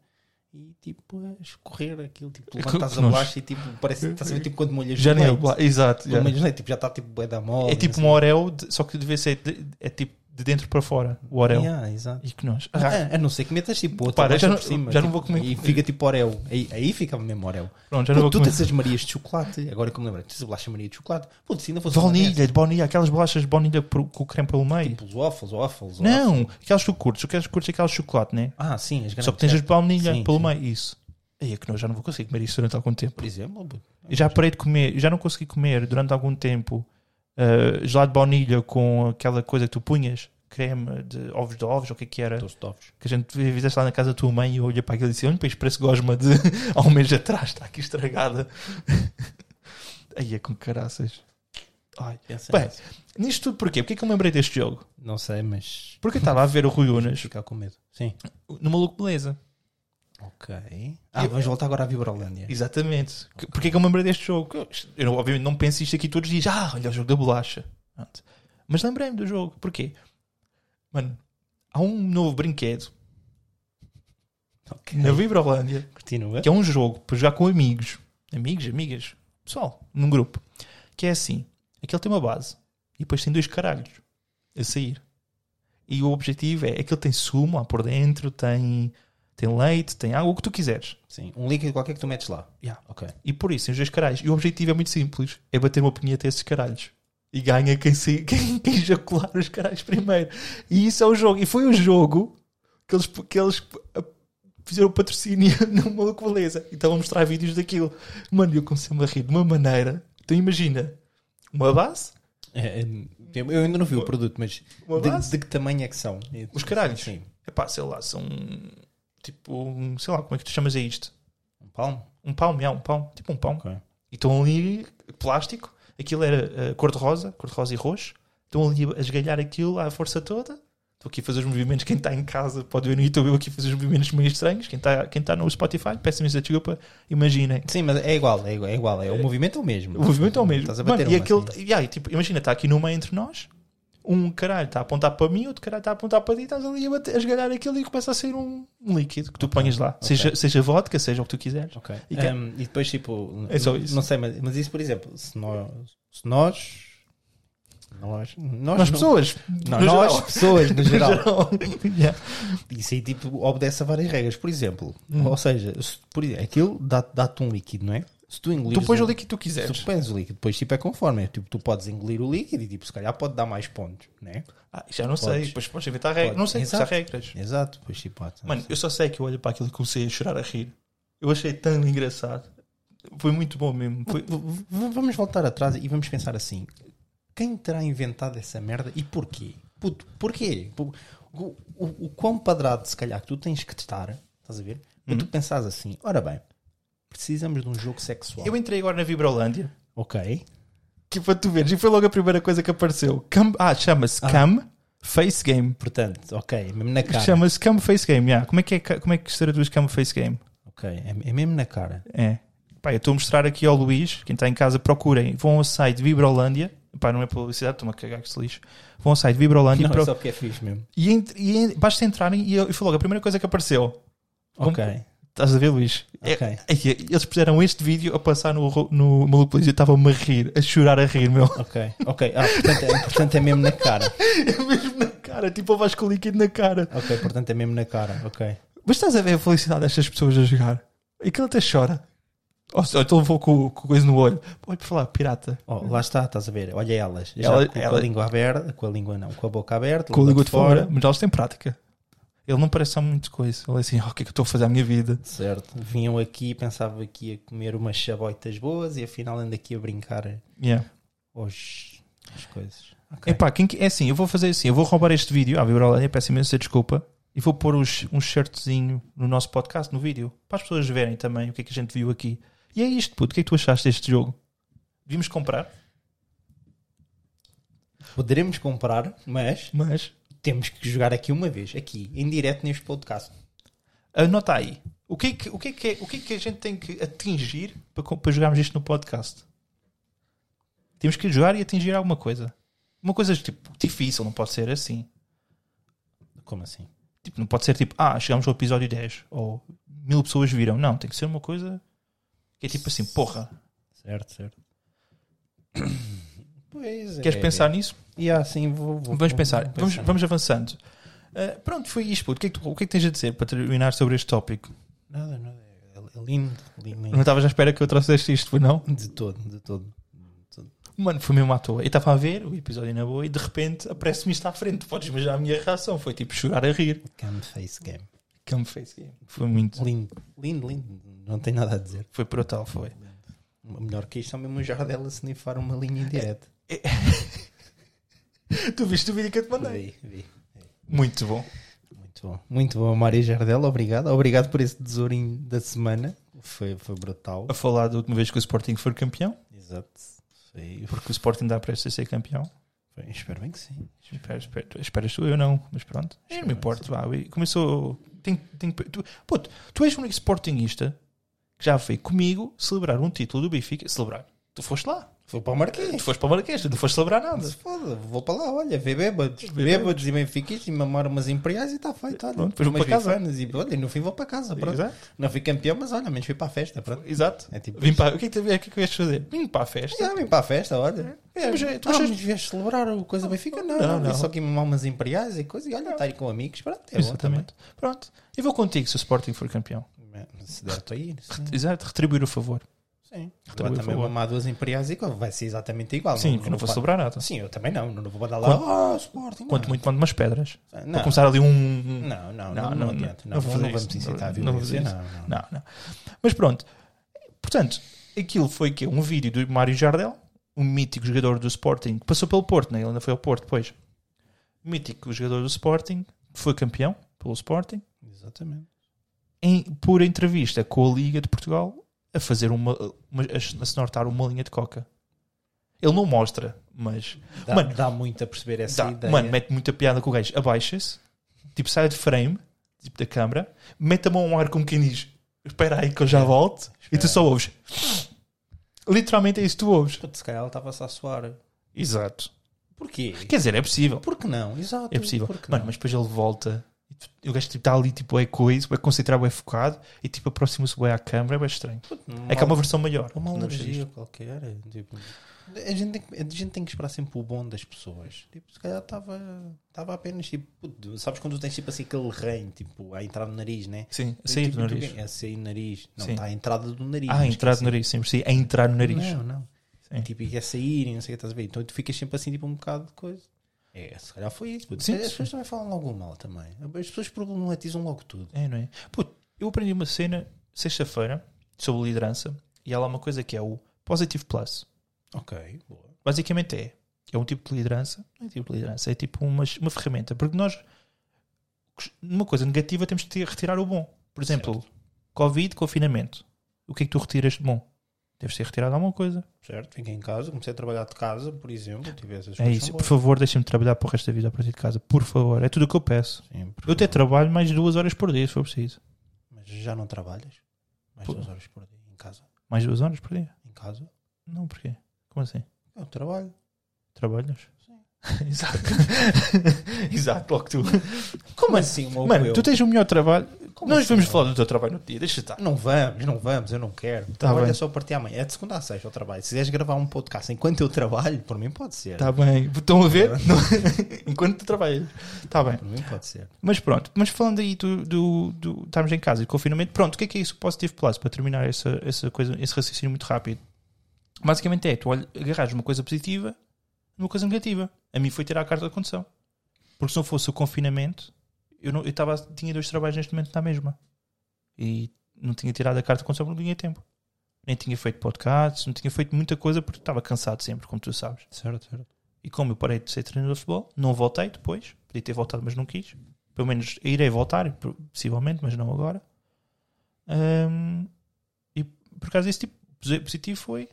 A: E tipo, a escorrer aquilo, tipo, tu
B: É que-
A: levantas
B: que
A: a
B: nós-
A: bolacha e tipo, parece, estás a ver? Tipo, quando molhas
B: Já
A: o
B: nem é
A: leite.
B: bla- Exato. já.
A: Pelo menos, né? tipo, já está tipo bué da mole.
B: É tipo um orel, de- só que deve ser, de- é tipo de dentro para fora, o orel.
A: Yeah, exato.
B: E que nós.
A: Ah, a não ser que metas tipo outra
B: Para,
A: bolacha
B: já não-
A: por cima,
B: já não
A: tipo,
B: vou comer.
A: E fica tipo Oreo. Aí, aí fica mesmo Oreo.
B: Pronto, já não
A: Pô,
B: vou
A: tu
B: comer.
A: tens as Marias de chocolate. Agora que me lembro, tens a bolacha Maria de chocolate. Pô, se ainda fosse uma merda,
B: Baunilha, de baunilha, aquelas bolachas de baunilha por- com o creme pelo meio.
A: Tipo os waffles, waffles. waffles.
B: não, aquelas que tu curtes, aquelas que curtes aquelas de chocolate, né?
A: Ah, sim, as grandes.
B: Só que tens as de baunilha
A: Sim,
B: pelo
A: sim.
B: meio, isso. Aí é que nós já não vou conseguir comer isso durante algum tempo.
A: Por exemplo, pô.
B: Eu já parei de comer, já não eh, consegui comer durante algum tempo ah, gelado de baunilha com aquela coisa que tu punhas, creme de ovos de ovos, ou o que é que era?
A: Doce de ovos.
B: Que a gente fizeste lá na casa da tua mãe e eu olhei para aquilo e disse: Olha, para isto parece gosma de há um mês atrás, está aqui estragada. Aí é com caraças. Ai. Bem, nisto tudo porquê? Porquê que eu me lembrei deste jogo?
A: Não sei, mas.
B: Porque eu estava a ver o Rui Unas
A: Ficar com medo. Sim.
B: no Maluco Beleza.
A: Ok. Ah, vamos voltar agora à Vibrolândia.
B: Exatamente. Que- Porquê que eu me lembrei deste jogo? Eu, não- obviamente não penso isto aqui todos os dias. Ah, olha o jogo da bolacha. Pronto. Mas lembrei-me do jogo. Porquê? Mano, há um novo brinquedo
A: Ok.
B: na Vibrolândia
A: Continua.
B: que é um jogo para jogar com amigos, amigos, amigas, pessoal, num grupo, que é assim: aquele tem uma base e depois tem dois caralhos a sair. E o objetivo é aquele tem sumo lá por dentro, tem, tem leite, tem água, o que tu quiseres.
A: Sim. Um líquido qualquer que tu metes lá.
B: Yeah.
A: Ok.
B: E por isso, tem os dois caralhos. E o objetivo é muito simples: é bater uma punheta a esses caralhos. E ganha quem, se, quem, quem ejacular os caralhos primeiro. E isso é o jogo. E foi o jogo que eles, que eles ah, fizeram patrocínio no Maluco Beleza. E estavam a mostrar vídeos daquilo. Mano, eu comecei-me a rir de uma maneira. Então imagina, uma base,
A: É, é, eu ainda não vi o produto, mas
B: Uma
A: de,
B: base?
A: de que tamanho é que são?
B: os caralhos.
A: Sim.
B: Epá, sei lá, são tipo, um- sei lá, como é que tu chamas a isto?
A: Um palmo?
B: Um pão, é um pão, tipo um pão.
A: Ok.
B: E estão ali, plástico, aquilo era uh, cor-de-rosa, cor-de-rosa e roxo. Estão ali a esgalhar aquilo à força toda. Estou aqui a fazer os movimentos. Quem está em casa pode ver no YouTube. Eu aqui a fazer os movimentos meio estranhos. Quem está quem está no Spotify, peço-me desculpa. Imaginem.
A: Sim, mas é igual, é igual, é igual. É, o movimento é o mesmo.
B: O movimento é o mesmo.
A: Estás a
B: Mano,
A: bater
B: e
A: uma,
B: aquele,
A: assim.
B: e aí, tipo, imagina, está aqui numa entre nós. Um caralho está a apontar para mim, outro caralho está a apontar para ti, estás ali a, bater, a esgalhar aquilo e começa a sair um, um líquido que tu ponhas lá. Seja, seja vodka, seja o que tu quiseres.
A: Ok.
B: E que-
A: Um, e depois, tipo,
B: É só isso.
A: não sei, mas, mas isso, por exemplo, se nós. Se nós. Nós, nós,
B: Nós,
A: não-
B: pessoas.
A: Não, é
B: no
A: nós,
B: geral.
A: pessoas, no geral.
B: Yeah.
A: Isso aí, tipo, obedece a várias regras. Por exemplo,
B: Hum.
A: ou seja, se- por, exemplo, aquilo dá- dá-te um líquido, não é? Se tu engolires.
B: Tu pões o
A: um-
B: líquido que tu quiseres.
A: Tu pões o líquido, depois tipo é conforme, é, tipo, tu podes engolir o líquido e tipo, se calhar pode dar mais pontos, né?
B: Ah, já não sei.
A: Podes.
B: Depois podes inventar regras.
A: Podes.
B: Não sei se
A: Exato.
B: há regras.
A: Exato, depois tipo, ah, tá.
B: Mano, eu só sei que eu olho para aquilo e comecei a chorar a rir. Eu achei tão engraçado. Foi muito bom mesmo. Foi-
A: V- v- vamos voltar atrás e vamos pensar assim: quem terá inventado essa merda e porquê? Puto, porquê? Por- O, o, o quão padrado, se calhar, que tu tens que estar, estás a ver? Para
B: Uhum.
A: tu pensares assim: ora bem, precisamos de um jogo sexual.
B: Eu entrei agora na Vibrolândia.
A: Ok,
B: Que para tu veres. E foi logo a primeira coisa que apareceu. Cam... Ah, chama-se Cam Face Game.
A: portanto, ok, é mesmo na cara.
B: Chama-se Cam Face Game. yeah. Como é que, é, ca- como é que se traduz Cam Face Game?
A: Ok, é, é mesmo na cara.
B: É. Pá, eu estou a mostrar aqui ao Luís, quem está em casa, procurem. Vão ao site Vibrolândia. Pá, não é publicidade, estou-me a cagar com esse lixo. Vão ao site Vibrolândia
A: Não,
B: e pro-
A: só porque é fixe mesmo.
B: E, ent- e en- basta entrarem e, eu- e foi logo a primeira coisa que apareceu. Como-
A: Ok,
B: Estás a ver, Luís? É-
A: Ok.
B: é que eles puseram este vídeo a passar no, ro- no Maluco Polícia. Eu estava-me a rir, a chorar, a rir, meu.
A: ok, ok. Ah, portanto, é, portanto é mesmo na cara.
B: Mesmo na cara, tipo a Vasco líquido na cara.
A: Ok, portanto é mesmo na cara, ok.
B: Mas estás a ver a felicidade destas pessoas a jogar? E que ele até chora. Ou se- ou então vou com, com coisa no olho. Olha para falar, pirata.
A: Oh, lá está, estás a ver, olha elas. Já
B: Uhum. Ela-
A: com,
B: ela-
A: a língua aberta, com a língua não, com a boca aberta,
B: Com a língua de fora, mas eles têm prática. Ele não parece só muito coisa. Ele é assim, "Ah, o que é que eu estou a fazer à minha vida?
A: Certo, vinham aqui, pensava que ia comer umas chaboitas boas e afinal ando aqui a brincar
B: Yeah.
A: aos, às coisas. Ok.
B: Epá, quem que- é assim, eu vou fazer assim, eu vou roubar este vídeo à Vibrolândia, peço imensa desculpa, e vou pôr uns- um shirtzinho no nosso podcast, no vídeo, para as pessoas verem também o que é que a gente viu aqui. E é isto, puto, o que é que tu achaste deste jogo? Devíamos comprar,
A: Poderemos comprar, mas
B: mas
A: temos que jogar aqui uma vez, aqui, em direto neste podcast.
B: anota aí. O que é que, o que, é que, é- o que, é que a gente tem que atingir para, co- para jogarmos isto no podcast? Temos que jogar e atingir alguma coisa. Uma coisa tipo difícil, não pode ser assim.
A: Como assim?
B: Tipo, não pode ser tipo, ah, chegamos ao episódio 10 ou mil pessoas viram. Não, tem que ser uma coisa que é tipo assim, porra,
A: Certo, certo. Pois
B: queres
A: é.
B: pensar nisso?
A: E assim vou, vou-
B: Vamos
A: vou-
B: pensar,
A: vou
B: vamos, vamos avançando. Ah, pronto, foi isto. puto. O que, é que tu- o que é que tens a dizer para terminar sobre este tópico?
A: Nada, nada. É lindo, lindo,
B: Não
A: lindo.
B: estavas à espera que eu trouxesse isto, foi não?
A: De todo, de todo.
B: Mano, foi mesmo à toa. Eu estava a ver o episódio na boa e de repente aparece-me isto à frente. Podes imaginar a minha reação. Foi tipo chorar a rir.
A: Cam Face Game.
B: Que me fez. Foi muito.
A: Lindo, lindo, lindo. Não tem nada a dizer.
B: Foi brutal, foi.
A: Melhor que isto é mesmo o Jardel a snifar uma linha indireta.
B: Tu viste o vídeo que eu te mandei?
A: Vi, vi.
B: Muito bom.
A: Muito bom. Muito bom, Maria Jardel. Obrigado. Obrigado por esse tesourinho da semana. Foi, foi brutal.
B: A falar da última vez que o Sporting foi campeão,
A: Exato. Foi,
B: porque o Sporting dá prestes a ser campeão.
A: foi- espero bem que sim.
B: Espero, espero, esperas tu, eu não, mas pronto. Eu não me importo. Vá, eu- começou. Tem, tem, tu, puto, tu és o único Sportingista que já veio comigo celebrar um título do Benfica. Celebrar. Tu foste lá. É.
A: Foi para o Marquês.
B: Tu foste para o Marquês, tu não foste celebrar nada.
A: Se foda, vou para lá, olha, ver bêbados, bêbados e benfiquistas e mamar umas imperiais e está feito, olha.
B: Pronto, depois vou
A: umas
B: para casa.
A: bifanas E, olha, e no fim vou para casa, pronto.
B: Exato.
A: Não fui campeão, mas olha, menos fui para a festa, pronto.
B: Exato.
A: É tipo
B: Vim para, o que é que, tu- o que é que ias fazer? Vim para a festa.
A: Já vim para a festa, olha. É,
B: Mas, é, tu
A: ah,
B: achas-
A: mas vieste celebrar o coisa Benfica? Não,
B: Não,
A: não,
B: não.
A: Só que mamar umas imperiais e coisa, e olha, estar aí com amigos, pronto, é
B: Exatamente. Pronto. Eu vou contigo se o Sporting for campeão.
A: bom também. Se der para ir, sim.
B: Exato, retribuir o favor.
A: sim.
B: Também
A: Agora
B: foi
A: também
B: bom.
A: mamar duas imperiais e coisa, vai ser exatamente igual.
B: Sim, porque não vou
A: fa-
B: celebrar nada.
A: Sim, eu também não, não vou mandar lá, ah, Sporting.
B: Quanto
A: não.
B: muito, mando umas pedras.
A: Não.
B: Para começar ali um- um.
A: Não, não, não, não, adianta. Não,
B: vou
A: não,
B: fazer
A: vamos
B: isso.
A: incitar a
B: Não vou fazer
A: violência,
B: isso.
A: não, não.
B: Não, não. Mas pronto. Portanto, aquilo foi que um vídeo do Mário Jardel, um mítico jogador do Sporting, que passou pelo Porto, né? ele ainda foi ao Porto depois. Mítico jogador do Sporting, foi campeão pelo Sporting,
A: Exatamente.
B: em, por entrevista com a Liga de Portugal, a fazer uma, uma a snortar uma linha de coca. Ele não mostra, mas
A: Dá,
B: Mano,
A: dá muito a perceber essa
B: Dá.
A: ideia.
B: Mano, mete muita piada com o gajo. Abaixa-se, tipo, sai de frame, tipo, da câmara, mete a mão ao ar como quem diz: Espera aí que eu já volto. E tu só ouves. Literalmente é isso que tu ouves.
A: Puto, se calhar ela estava-se a suar.
B: Exato.
A: Porquê?
B: Quer dizer, é possível.
A: Por que não? Exato.
B: É possível.
A: Por que
B: Mano,
A: não?
B: mas depois ele volta. e tu- E o gajo tipo, está ali, tipo, é coisa, é concentrado, é focado, e tipo, aproxima-se bem à câmara, é bem estranho.
A: Uma
B: É que há uma é,
A: al-
B: versão maior.
A: uma
B: Não gostei
A: alergia
B: disto.
A: qualquer. Tipo, a, gente tem que, a gente tem que esperar sempre o bom das pessoas. Tipo, se calhar estava estava apenas tipo. puto, Sabes quando tu tens tipo assim aquele reino tipo, a entrar no nariz, né?
B: Sim, a sair do
A: Tipo, tu-
B: nariz.
A: É a sair do nariz. Não,
B: Sim.
A: está a entrada do nariz.
B: Ah, a
A: mas
B: entrar no
A: esqueci.
B: nariz, sempre sim, a entrar no nariz.
A: Não, não.
B: Sim.
A: Tipo, e quer sair e não sei o que estás a ver. Então tu ficas sempre assim, tipo, um bocado de coisa. É, se calhar foi isso. puto.
B: Sim,
A: as
B: sim.
A: pessoas também falam logo mal também. As pessoas problematizam logo tudo.
B: É, não é? Puto, eu aprendi uma cena sexta-feira sobre liderança e há lá uma coisa que é o Positive Plus.
A: Ok, boa.
B: Basicamente é, é um tipo de liderança, não é tipo de liderança, é tipo uma, uma ferramenta, porque nós, numa coisa negativa, temos que ter- retirar o bom. Por exemplo, Covid, confinamento. O que é que tu retiras de bom? Deves ter retirado alguma coisa.
A: Certo, fiquei em casa, comecei a trabalhar de casa, por exemplo. Tive essas
B: É
A: coisas
B: isso.
A: são
B: Por
A: boas.
B: favor, deixem-me trabalhar para o resto da vida a partir de casa. Por favor. É tudo o que eu peço.
A: Sim, por
B: Eu até
A: favor.
B: trabalho mais de duas horas por dia, se for preciso.
A: Mas já não trabalhas? Mais
B: Pô.
A: duas horas por dia em casa?
B: Mais duas horas por dia?
A: Em casa?
B: Não, porquê? Como assim?
A: Eu trabalho.
B: Trabalhas? Exato. Exato, logo tu.
A: Como assim, meu
B: Mano,
A: eu?
B: tu tens o melhor trabalho.
A: Como
B: Nós
A: assim,
B: vamos
A: meu?
B: falar do teu trabalho no dia, deixa estar.
A: Não vamos, não vamos, eu não quero. trabalho
B: Tá bem.
A: é só a partir de amanhã. É de segunda a sexta eu trabalho. Se quiseres gravar um podcast enquanto eu trabalho, por mim pode ser.
B: Está Tá bem. Estão a
A: É.
B: ver? Não. Enquanto tu trabalhas. Está bem.
A: Por mim pode ser.
B: Mas pronto, mas falando aí do, do, do estarmos em casa e do confinamento, pronto, o que é que é isso o Positive Plus? Para terminar essa, essa coisa, esse raciocínio muito rápido. Basicamente é, tu olha, agarras uma coisa positiva numa coisa negativa. A mim foi tirar a carta de condução. Porque se não fosse o confinamento, eu, não, eu tava, tinha dois trabalhos neste momento na mesma. E não tinha tirado a carta de condução porque não tinha tempo. Nem tinha feito podcasts, não tinha feito muita coisa porque estava cansado sempre, como tu sabes.
A: Certo, certo.
B: E como eu parei de ser treinador de futebol, não voltei depois. Podia ter voltado, mas não quis. Pelo menos irei voltar, possivelmente, mas não agora. Ahm, e por causa disso, tipo, posi- positivo foi.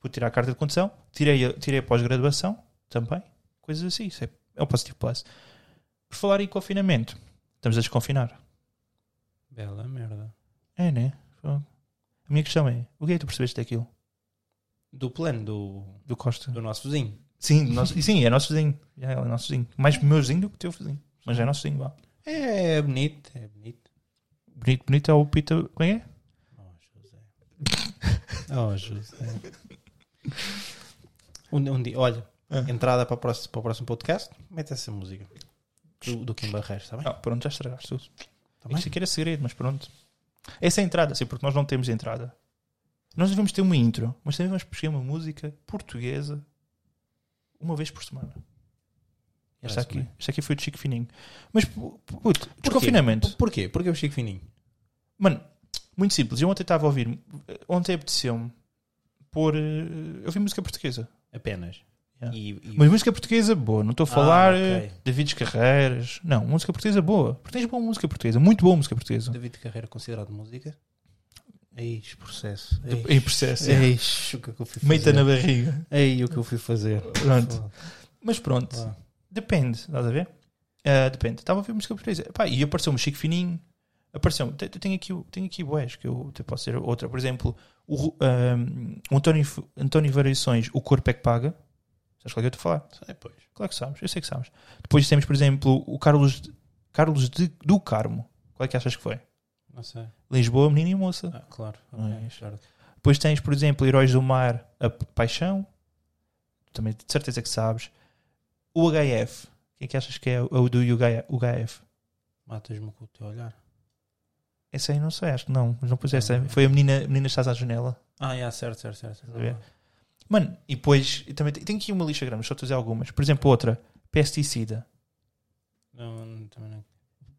B: Vou tirar a carta de condução, tirei a, tirei a pós-graduação também, coisas assim. Isso é, é o positivo plus. Por falar em confinamento, estamos a desconfinar.
A: Bela merda.
B: É, né? Fogo. A minha questão é: o que é que tu percebeste daquilo?
A: Do plano do,
B: Do Costa?
A: do nosso vizinho.
B: Sim, nosso, sim, é nosso vizinho. Já é nosso vizinho. Mais meu vizinho do que teu vizinho. Mas já é nosso vizinho, vá.
A: É bonito, é bonito.
B: Bonito, bonito é o Pita. Como é? que é?
A: Oh, José. Oh, José. Um, um dia, olha,
B: Ah.
A: entrada para o, próximo, para o próximo podcast, mete essa música do, do Kim Barreiros, está bem?
B: Ah, pronto, já estragaste tudo.
A: Tá bem?
B: Isto aqui era segredo, mas pronto. Essa é a entrada, sim, porque nós não temos entrada. Nós devemos ter uma intro, mas também vamos buscar uma música portuguesa uma vez por semana. Esta
A: Parece-me
B: aqui,
A: bem.
B: esta aqui foi de Chico Fininho. Mas, pu- puto, desconfinamento.
A: Porquê? Porquê? Porque é o Chico Fininho.
B: Mano, muito simples. Eu ontem estava a ouvir. Ontem apeteceu-me pôr. eh, Eu vi música portuguesa.
A: Apenas.
B: Yeah.
A: E, e- Ah,
B: Mas música portuguesa boa, não estou a falar eh,
A: ok.
B: Davides Carreiras. Não, música portuguesa boa. Porque tens boa música portuguesa, muito boa música portuguesa.
A: David Carreira considerado música? Eis, processo.
B: Em processo. é.
A: Eis, o que é que eu fui fazer?
B: Meita na barriga.
A: Ei, o que eu fui fazer.
B: Pronto. Mas pronto,
A: Vá.
B: depende, estás a ver? Ah, depende. Estava a ver música portuguesa. Epá, e apareceu-me o Chico Fininho. Apareceu-me. Te- te- Tenho aqui, o- tenho aqui boés, que eu te posso dizer outra. Por exemplo, o, Ru- ahm, o António, F- António Variações, O Corpo é que Paga. Sabes qual é que eu estou a falar?
A: Depois.
B: Claro que sabes, eu sei que sabes. Depois temos, por exemplo, o Carlos, Carlos de- do Carmo. Qual é que achas que foi?
A: Não sei.
B: Lisboa, Menina e Moça.
A: Ah, claro.
B: Não é
A: Ok,
B: isso.
A: certo.
B: Depois tens, por exemplo, Heróis do Mar, A P- Paixão. Também de certeza que sabes. O HF. Quem é que achas que é o- o do HF?
A: Matas-me com o teu olhar.
B: Essa aí não sei, acho que não. Mas não pus essa. Foi a menina, a menina Estás à Janela.
A: Ah, yeah, certo, certo, certo. certo.
B: a ver? Mano, e depois. e Também tem- tenho aqui uma lista grande, mas só estou a dizer algumas. Por exemplo, outra. Pesticida.
A: Não, não, também não.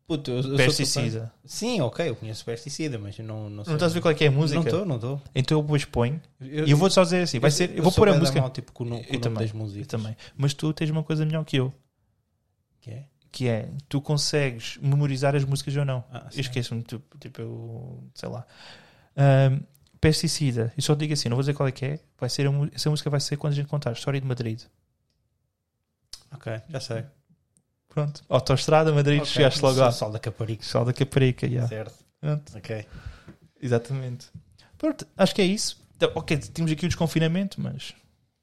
A: Puto, eu, eu sou
B: Pesticida.
A: capaz- Sim, ok, eu conheço pesticida, mas eu não, não sei.
B: Não estás a ver qual é que é a música?
A: Não estou, não estou.
B: Então eu depois ponho. E eu vou só dizer assim. Vai ser, eu vou
A: sou
B: pôr a
A: bué da
B: música.
A: mau, tipo, com o no- com
B: Eu
A: o nome
B: também,
A: das
B: Eu
A: músicas.
B: também. Mas tu tens uma coisa melhor que eu.
A: Que é?
B: que é tu consegues memorizar as músicas ou não.
A: Ah,
B: eu
A: sim.
B: esqueço-me, tu- tipo, eu sei lá. Ahm, pesticida, e só digo assim, não vou dizer qual é que é, vai ser a mu- essa música vai ser quando a gente contar a história de Madrid.
A: Ok, já sei.
B: Pronto, autoestrada, Madrid,
A: Ok,
B: chegaste logo lá.
A: Sol da Caparica.
B: Só da Caparica, yeah.
A: Certo.
B: Pronto,
A: Ok.
B: exatamente. Pronto, acho que é isso. Então, ok, temos aqui o desconfinamento, mas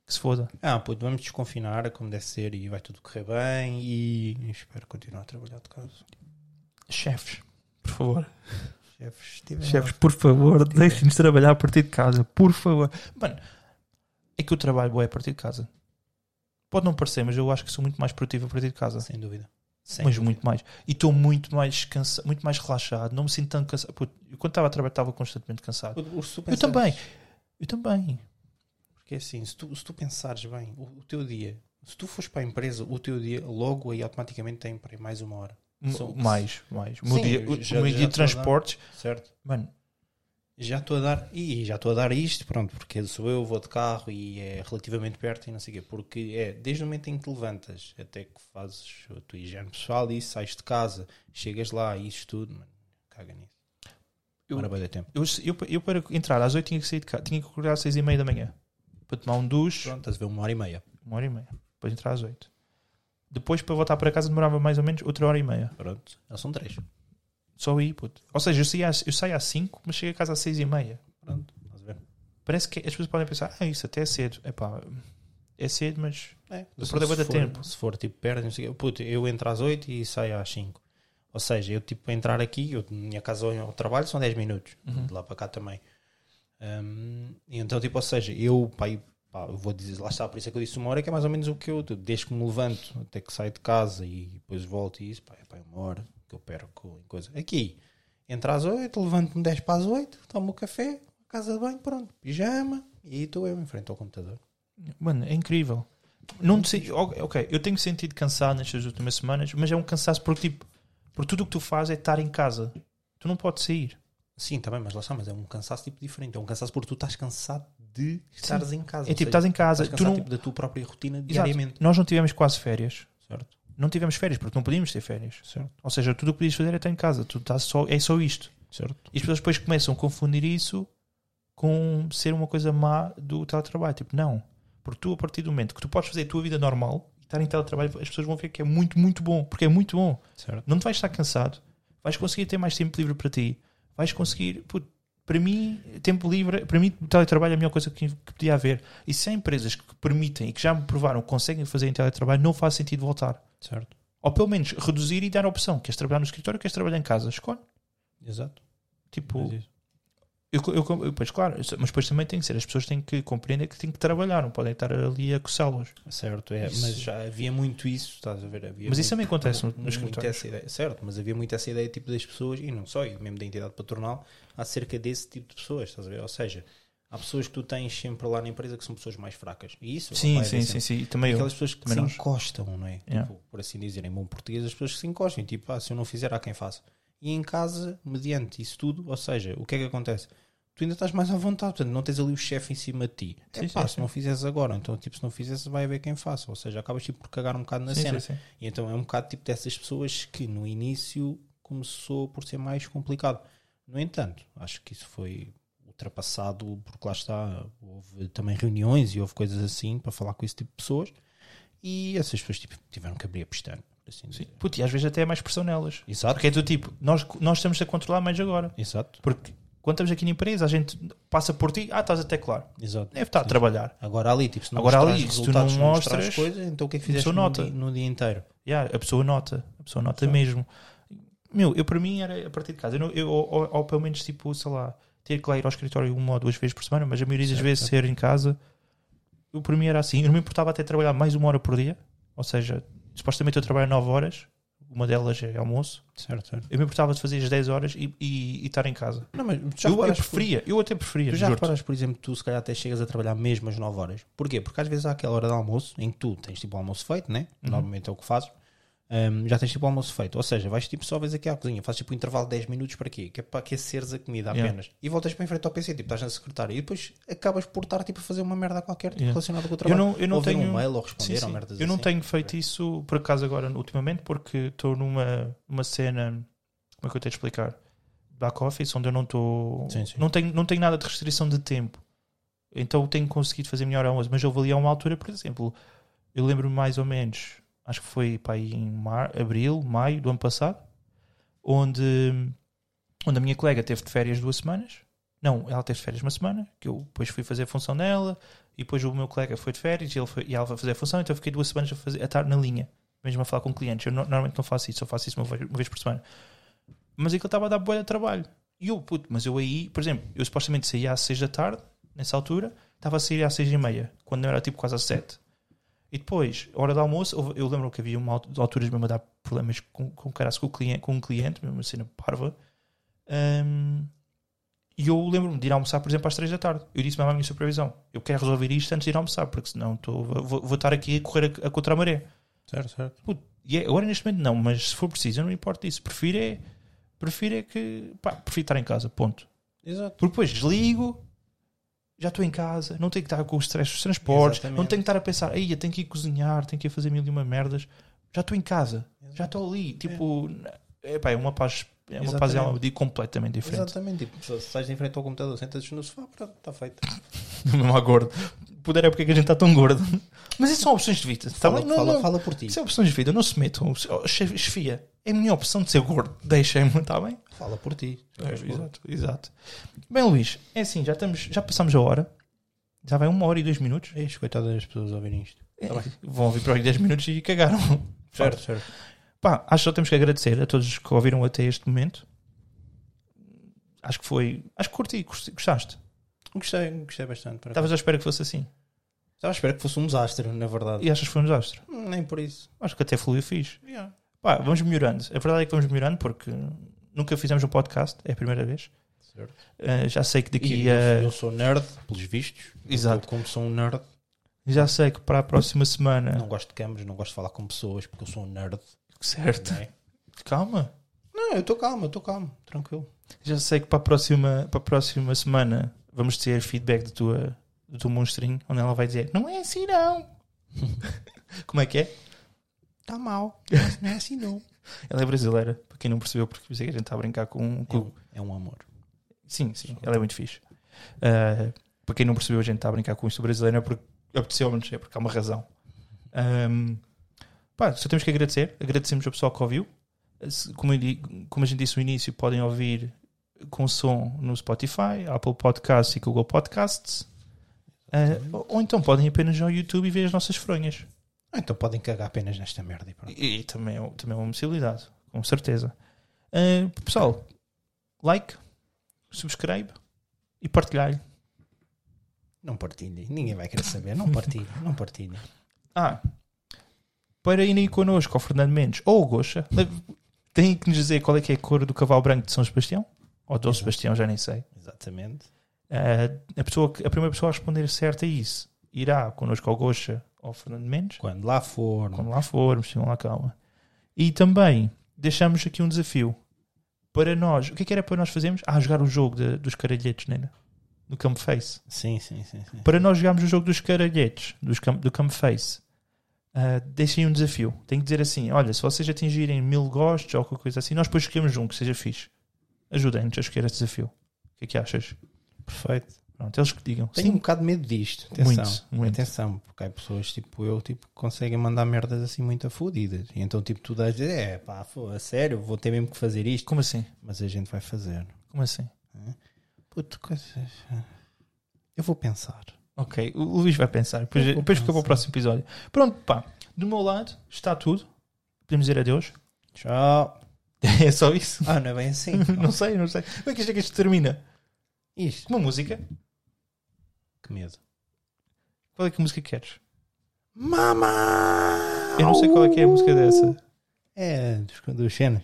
B: que se foda.
A: Ah, puto, vamos desconfinar como deve ser e vai tudo correr bem e espero continuar a trabalhar de casa.
B: Chefes, por favor.
A: Chefes, estivem
B: Chefes, por favor, deixem-nos trabalhar a partir de casa, por favor. Mano, é que o trabalho é a partir de casa. Pode não parecer, mas eu acho que sou muito mais produtivo a partir de casa.
A: lá, sem dúvida. Sem
B: mas
A: dúvida.
B: muito mais. E estou muito mais cansado, muito mais relaxado. Não me sinto tão cansado. Puto, eu quando estava a trabalhar, estava constantemente cansado.
A: Puto, se tu
B: Eu
A: pensares-
B: também. Eu também.
A: Porque assim, se tu, se tu pensares bem, o, o teu dia, se tu fores para a empresa, o teu dia logo aí automaticamente tem para aí mais uma hora,
B: M-
A: Sou-
B: Mais, mais. O meu
A: Sim,
B: dia,
A: eu
B: o
A: já-
B: meu
A: já
B: dia de
A: estou a dar.
B: transportes.
A: certo?
B: Mano,
A: Já estou a dar, e já estou a dar isto, pronto, porque sou eu, vou de carro e é relativamente perto e não sei o quê, porque é desde o momento em que te levantas até que fazes a tua higiene pessoal e sais de casa, chegas lá e isso tudo, mano, caga nisso.
B: Eu-
A: Maravilha de tempo.
B: eu, eu, eu para entrar às 8 tinha que sair de casa. Tinha que acordar às 6 e meia da manhã. Para tomar um duche.
A: Pronto, estás a ver uma hora e meia.
B: uma hora e meia. Depois entrar às oito. Depois para voltar para casa demorava mais ou menos outra hora e meia.
A: Pronto, já são três.
B: Só aí, puto. Ou seja, eu, saía às- eu saio às cinco, mas chego a casa às seis e meia.
A: Pronto, estás a ver.
B: Parece que as pessoas podem pensar, ah, isso até é cedo. Epá, é cedo, mas
A: É,
B: Eu
A: se-
B: perdi bué
A: se
B: de
A: for-
B: tempo.
A: Se for tipo perto, não sei o quê. Puto, eu entro às 8 e saio às 5. Ou seja, eu tipo entrar aqui, eu, minha casa ao ao trabalho são 10 minutos,
B: Uhum.
A: de lá para cá também. Hum, e então, tipo, ou seja, eu, pá, e- pá, eu vou dizer, lá está, por isso é que eu disse uma hora, que é mais ou menos o que eu, desde que me levanto até que saio de casa e depois volto e isso, pá, é pá, uma hora que eu perco em coisa. Aqui, entro às 8, levanto-me 10 para as 8, tomo o café, casa de banho, pronto, pijama, e aí estou eu em frente ao computador.
B: mano, é incrível. Não te sei- ok, ok, eu tenho sentido cansado nestas últimas semanas, mas é um cansaço porque tipo, por tudo o que tu fazes é estar em casa. Tu não podes sair.
A: Sim, também, mas lá está, mas é um cansaço tipo diferente. É um cansaço porque tu estás cansado de estares em casa.
B: É
A: ou
B: tipo,
A: seja,
B: estás em casa,
A: estás
B: tu
A: cansado,
B: não-
A: tipo, da tua própria rotina
B: Exato.
A: diariamente.
B: Nós não tivemos quase férias.
A: Certo,
B: Não tivemos férias porque não podíamos ter férias.
A: certo,
B: Ou seja, tudo o que podias fazer é estar em casa. Tu estás só, é só isto.
A: certo.
B: E as pessoas depois começam a confundir isso com ser uma coisa má do teletrabalho. Tipo, não. Porque tu, a partir do momento que tu podes fazer a tua vida normal e estar em teletrabalho, as pessoas vão ver que é muito, muito bom. Porque é muito bom.
A: certo.
B: Não te vais estar cansado. Vais conseguir ter mais tempo livre para ti. Vais conseguir. puto, para mim, tempo livre, para mim, o teletrabalho é a melhor coisa que, que podia haver. E se há empresas que permitem e que já me provaram que conseguem fazer em teletrabalho, não faz sentido voltar.
A: Certo,
B: Ou pelo menos reduzir e dar a opção. Queres trabalhar no escritório ou queres trabalhar em casa? Escolhe.
A: exato.
B: Tipo,
A: Mas isso.
B: eu, eu- eu- pois claro, eu sei- mas depois também tem que ser. As pessoas têm que compreender que têm que trabalhar, não podem estar ali a coçá-los.
A: Certo, é,
B: Isso.
A: mas já havia muito isso, estás a ver? Havia
B: Mas isso
A: é
B: é
A: muito-
B: também acontece no-
A: muito
B: nos escritórios.
A: essa ideia, certo, mas havia muito essa ideia tipo das pessoas, e não só, e mesmo da entidade patronal, acerca desse tipo de pessoas, estás a ver? Ou seja, há pessoas que tu tens sempre lá na empresa que são pessoas mais fracas. E isso
B: Sim,
A: vai haver
B: sim,
A: sempre.
B: sim, sim. E Também eu.
A: aquelas pessoas que se
B: Também nós.
A: encostam, não é?
B: Yeah.
A: Tipo, por assim dizer, em bom português, as pessoas que se encostam, tipo, ah, se eu não fizer, há quem faça. E em casa, mediante isso tudo, ou seja, o que é que acontece? tu ainda estás mais à vontade, portanto, não tens ali o chefe em cima de ti. É
B: Sim,
A: pá,
B: sim,
A: se
B: sim.
A: não fizeres agora, então, tipo, se não fizeres, vai haver quem faça. Ou seja, acabas tipo por cagar um bocado na
B: Sim,
A: cena.
B: sim, sim.
A: E então é um bocado tipo dessas pessoas que no início começou por ser mais complicado. No entanto, acho que isso foi ultrapassado porque lá está, houve também reuniões e houve coisas assim para falar com esse tipo de pessoas e essas pessoas tipo, tiveram que abrir a pestana. por Assim
B: Sim.
A: dizer.
B: Puto, e às vezes até é mais pressão nelas.
A: Exato,
B: Porque é do tipo, nós, nós estamos a controlar mais agora.
A: exato,
B: Porque quando estamos aqui na empresa, a gente passa por ti, ah, estás a teclar.
A: exato.
B: Deve estar a trabalhar.
A: Agora ali, tipo, se não
B: É. Agora
A: mostras
B: ali, se tu
A: resultados,
B: não
A: não mostras
B: mostras,
A: coisas, então o que é que
B: a
A: fizeste
B: pessoa
A: no
B: nota.
A: dia, no dia inteiro?
B: Yeah, a pessoa nota, a pessoa nota
A: Sim.
B: mesmo. Meu, eu para mim era a partir de casa. Eu, não- eu, ou, ou pelo menos, tipo, sei lá, ter que lá ir ao escritório uma ou duas vezes por semana, mas a maioria das
A: Certo,
B: vezes ser em casa, eu, para mim era assim. Eu não me importava até trabalhar mais uma hora por dia, ou seja, supostamente eu trabalho 9 horas, uma delas é almoço.
A: Certo, certo.
B: Eu me importava de fazer as 10 horas e, e, e estar em casa.
A: Não, mas tu já
B: Eu, eu
A: reparaste por-
B: preferia, eu até preferia,
A: Tu já
B: juro-te.
A: reparas, por exemplo, tu se calhar até chegas a trabalhar mesmo às 9 horas. Porquê? Porque às vezes há aquela hora de almoço em que tu tens tipo o almoço feito, né?
B: Uhum.
A: Normalmente é o que fazes. Ahm, já tens tipo o almoço feito. Ou seja, vais tipo só vez aqui à cozinha, fazes tipo um intervalo de 10 minutos para quê? Que é para aqueceres a comida
B: Yeah.
A: apenas. E voltas para em frente ao PC, tipo estás na secretária. E depois acabas por estar tipo a fazer uma merda qualquer tipo,
B: Yeah.
A: relacionada com o
B: Eu
A: trabalho.
B: não, eu não
A: ou ver
B: tenho.
A: um mail ou
B: Sim,
A: responder
B: sim.
A: ou merdas
B: Eu não
A: assim.
B: tenho feito isso por acaso agora, ultimamente, porque estou numa uma cena. Como é que eu tenho de explicar? Back office, onde eu não estou.
A: Sim, sim.
B: Não tenho, não tenho nada de restrição de tempo. Então tenho conseguido fazer melhor almoço. Mas houve ali a uma altura, por exemplo, eu lembro-me mais ou menos, acho que foi para aí em mar, abril, maio do ano passado, onde, onde a minha colega teve de férias duas semanas. Não, ela teve de férias uma semana, que eu depois fui fazer a função dela, e depois o meu colega foi de férias e, ele foi- e ela vai fazer a função, então eu fiquei duas semanas a, fazer, a estar na linha, mesmo a falar com clientes. Eu no- normalmente não faço isso, só faço isso uma vez, uma vez por semana. Mas aquilo estava a dar boa de trabalho. E eu, puto, mas eu aí, por exemplo, eu supostamente saía às seis da tarde, nessa altura, estava a sair às seis e meia, quando não era tipo quase às sete. E depois, a hora do almoço, houve- eu lembro que havia uma alt- alturas mesmo a dar problemas com, com, caraças com, o cliente, com um cliente, mesmo uma cena parva. Ahm, e eu lembro-me de ir almoçar, por exemplo, às 3 da tarde. Eu disse mesmo à minha supervisão: eu quero resolver isto antes de ir almoçar, porque senão estou- vou, vou estar aqui a correr a, a contra a maré.
A: Certo, certo.
B: Puto, e é- agora neste momento não, mas se for preciso, eu não me importo disso. Prefiro é, prefiro é que. pá, prefiro estar em casa, ponto.
A: Exato.
B: Porque depois desligo, já estou em casa, não tenho que estar com os stress dos transportes,
A: Exatamente.
B: não tenho que estar a pensar, aí eu tenho que ir cozinhar, tenho que ir fazer mil e uma merdas. Já estou em casa, já estou ali. Tipo, é, pá, é uma paz, é uma paz de alma de- completamente diferente.
A: Exatamente. Tipo, se sais em frente ao computador, sentas no sofá, pronto, está feito.
B: Tá Mesmo à gordo. Puder é porque é que a gente está tão gordo. Mas isso são opções de vida. tá
A: Fala,
B: bem? Não,
A: fala,
B: não.
A: fala por ti.
B: Isso é opções de vida, não se metam. Oh, chefe, Chefia, é a minha opção de ser gordo. Deixem-me, está bem?
A: Fala por ti.
B: é- exato, exato. Bem, Luís, é assim, já, estamos, já passamos a hora. Já vai uma hora e dois minutos. É,
A: Eis, coitadas das pessoas ouvirem isto.
B: Vão ouvir para aí 10 minutos e cagaram.
A: tá Certo, certo.
B: Pá, acho que só temos que agradecer a todos que ouviram até este momento. Acho que foi. Acho que curti, curti- gostaste.
A: Gostei, gostei bastante. por acaso.
B: Estavas à espera que fosse assim.
A: Estava Tá. à espera que fosse um desastre, na verdade.
B: E achas que foi um desastre?
A: Hum, Nem por isso.
B: Acho que até fluiu fixe. Pá, vamos melhorando. A verdade é que vamos melhorando porque nunca fizemos um podcast, é a primeira vez.
A: Certo.
B: Ah, já sei que daqui
A: E eu,
B: a.
A: sou- eu sou nerd, pelos vistos.
B: Exato.
A: Eu, como sou um nerd,
B: Já sei que para a próxima semana.
A: não gosto de câmeras, não gosto de falar com pessoas, porque eu sou um nerd.
B: Certo.
A: Não, é?
B: Calma.
A: Não, eu estou calmo, eu estou calmo, tranquilo.
B: Já sei que para a próxima, para a próxima semana vamos ter feedback da tua, do teu monstrinho, onde ela vai dizer: Não é assim não. Como é que é?
A: Está Tá mal. Não é assim, não.
B: Ela é brasileira, para quem não percebeu, porque pensei que a gente está a brincar com.
A: É
B: com...
A: um, é um amor.
B: Sim, sim, ela é muito fixe. Ah, para quem não percebeu, a gente está a brincar com isto brasileiro, não é porque apeteceu-nos, é porque há uma razão. Ahm, pá, só temos que agradecer. Agradecemos ao pessoal que ouviu. Eh, Se- Como, eu di- como a gente disse no início, podem ouvir com som no Spotify, Apple Podcasts e Google Podcasts. Ah, ou- ou então podem apenas ir ao YouTube e ver as nossas fronhas.
A: Ah, então podem cagar apenas nesta merda e pronto.
B: E, e também, é- também é uma possibilidade, com certeza. Ah, pessoal, like, subscribe e partilhar.
A: Não partilhem. Ninguém vai querer saber. Não partilhem, não partilhem.
B: Ah, para irem connosco ao Fernando Mendes ou ao Goxa, têm que nos dizer qual é que é a cor do cavalo branco de São Sebastião? Ou Dom Sebastião, já nem sei.
A: Exatamente.
B: Ah, a, pessoa, que- a primeira pessoa a responder certa a isso irá connosco ao Goxa ou ao Fernando Mendes,
A: Quando lá for,
B: quando lá formos, tenham lá calma. E também deixamos aqui um desafio para nós. O que é que era para nós fazermos? Ah, jogar o jogo de- um dos caralhetes, né? no Camp Face.
A: Sim, sim, sim. sim.
B: Para nós jogarmos o jogo dos caralhetes, dos cam- do Camp Face, ah, deixem um desafio. Tem que dizer assim: olha, se vocês atingirem mil gostos ou alguma coisa assim, nós depois escolhemos um que seja fixe. Ajudem-nos a escolher esse desafio. O que é que achas?
A: Perfeito.
B: Pronto, eles que digam.
A: Tenho um
B: Sim,
A: bocado de medo disto. Atenção.
B: Muito, muito.
A: Atenção, porque há pessoas tipo eu tipo, que conseguem mandar merdas assim muito afudidas. E então, tipo, tu dás é pá, fô, a sério, vou ter mesmo que fazer isto.
B: como assim?
A: Mas a gente vai fazer.
B: Como assim?
A: Puto, coisas. ah. Eu vou pensar.
B: Ok, o Luís vai pensar. Depois, depois fica para o próximo episódio. Pronto, pá. Do meu lado está tudo. Podemos dizer adeus.
A: Tchau.
B: É só isso.
A: Ah, não é bem assim.
B: Não sei, não sei. Como é que isto é que isto termina?
A: Isto.
B: Com uma música.
A: Que medo.
B: Qual é que música queres?
A: Mama!
B: Eu não sei qual é que é a música dessa.
A: É, dos, dos cenas.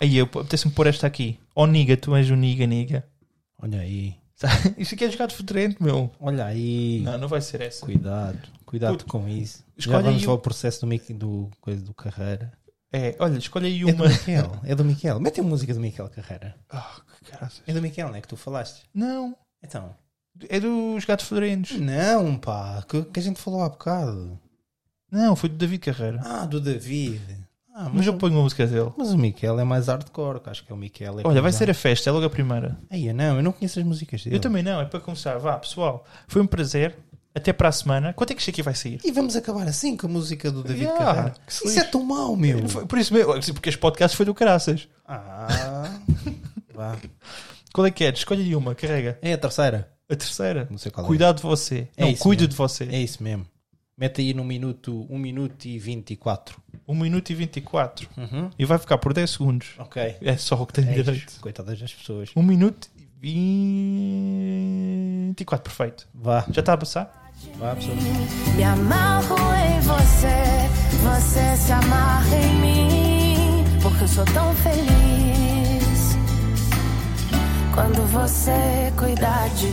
B: Aí eu apetece-me pôr esta aqui. Oh niga, tu és um niga, niga.
A: Olha aí.
B: Sabe? Isto aqui é jogado futurente, meu.
A: Olha aí.
B: Não, não vai ser essa.
A: Cuidado. Cuidado
B: Puto,
A: com isso. Já
B: escolhe
A: vamos
B: aí um. o-
A: ao processo do, Mic- do, coisa do Carreira.
B: É, olha, escolhe aí
A: É do
B: uma.
A: Miquel. É do Miquel. Mete a música do Miquel Carreira.
B: Ah, que caraças.
A: É do Miquel, não é que tu falaste?
B: Não,
A: Então.
B: é dos gatos fedorentes.
A: Não, pá. Que, que a gente falou há bocado.
B: Não, foi do David Carreira.
A: Ah, do David. Ah, mas,
B: Mas eu ponho uma música dele.
A: mas o Miquel é mais hardcore. que Acho que é o Miquel. É
B: Olha, vai ser a festa, é logo a primeira.
A: Aí, não, eu não conheço as músicas dele.
B: Eu também não, é para começar. Vá, pessoal, foi um prazer. Até para a semana. Quanto é que isto aqui vai sair?
A: E vamos acabar assim com a música do David
B: Yeah,
A: Carreira.
B: que se
A: Isso é tão mau, meu.
B: Foi Por isso mesmo, porque este podcast foi do caraças.
A: Ah, vá.
B: Qual é que é? Escolhe aí uma, carrega.
A: É a terceira.
B: A terceira.
A: Não sei qual é.
B: Cuidado de você.
A: É
B: não,
A: isso
B: cuido
A: mesmo.
B: de você.
A: É isso mesmo. Mete aí no minuto 1 minuto e 24.
B: 1 minuto e 24.
A: Uhum.
B: E vai ficar por 10 segundos.
A: Ok.
B: É só o que tem
A: É
B: direito.
A: isso. Coitadas das pessoas.
B: 1 minuto e 24. Perfeito.
A: Vá,
B: Já está a passar?
A: vá, pessoas.
E: Me amarro em você, você se amarra em mim, porque eu sou tão feliz. Quando você cuidar de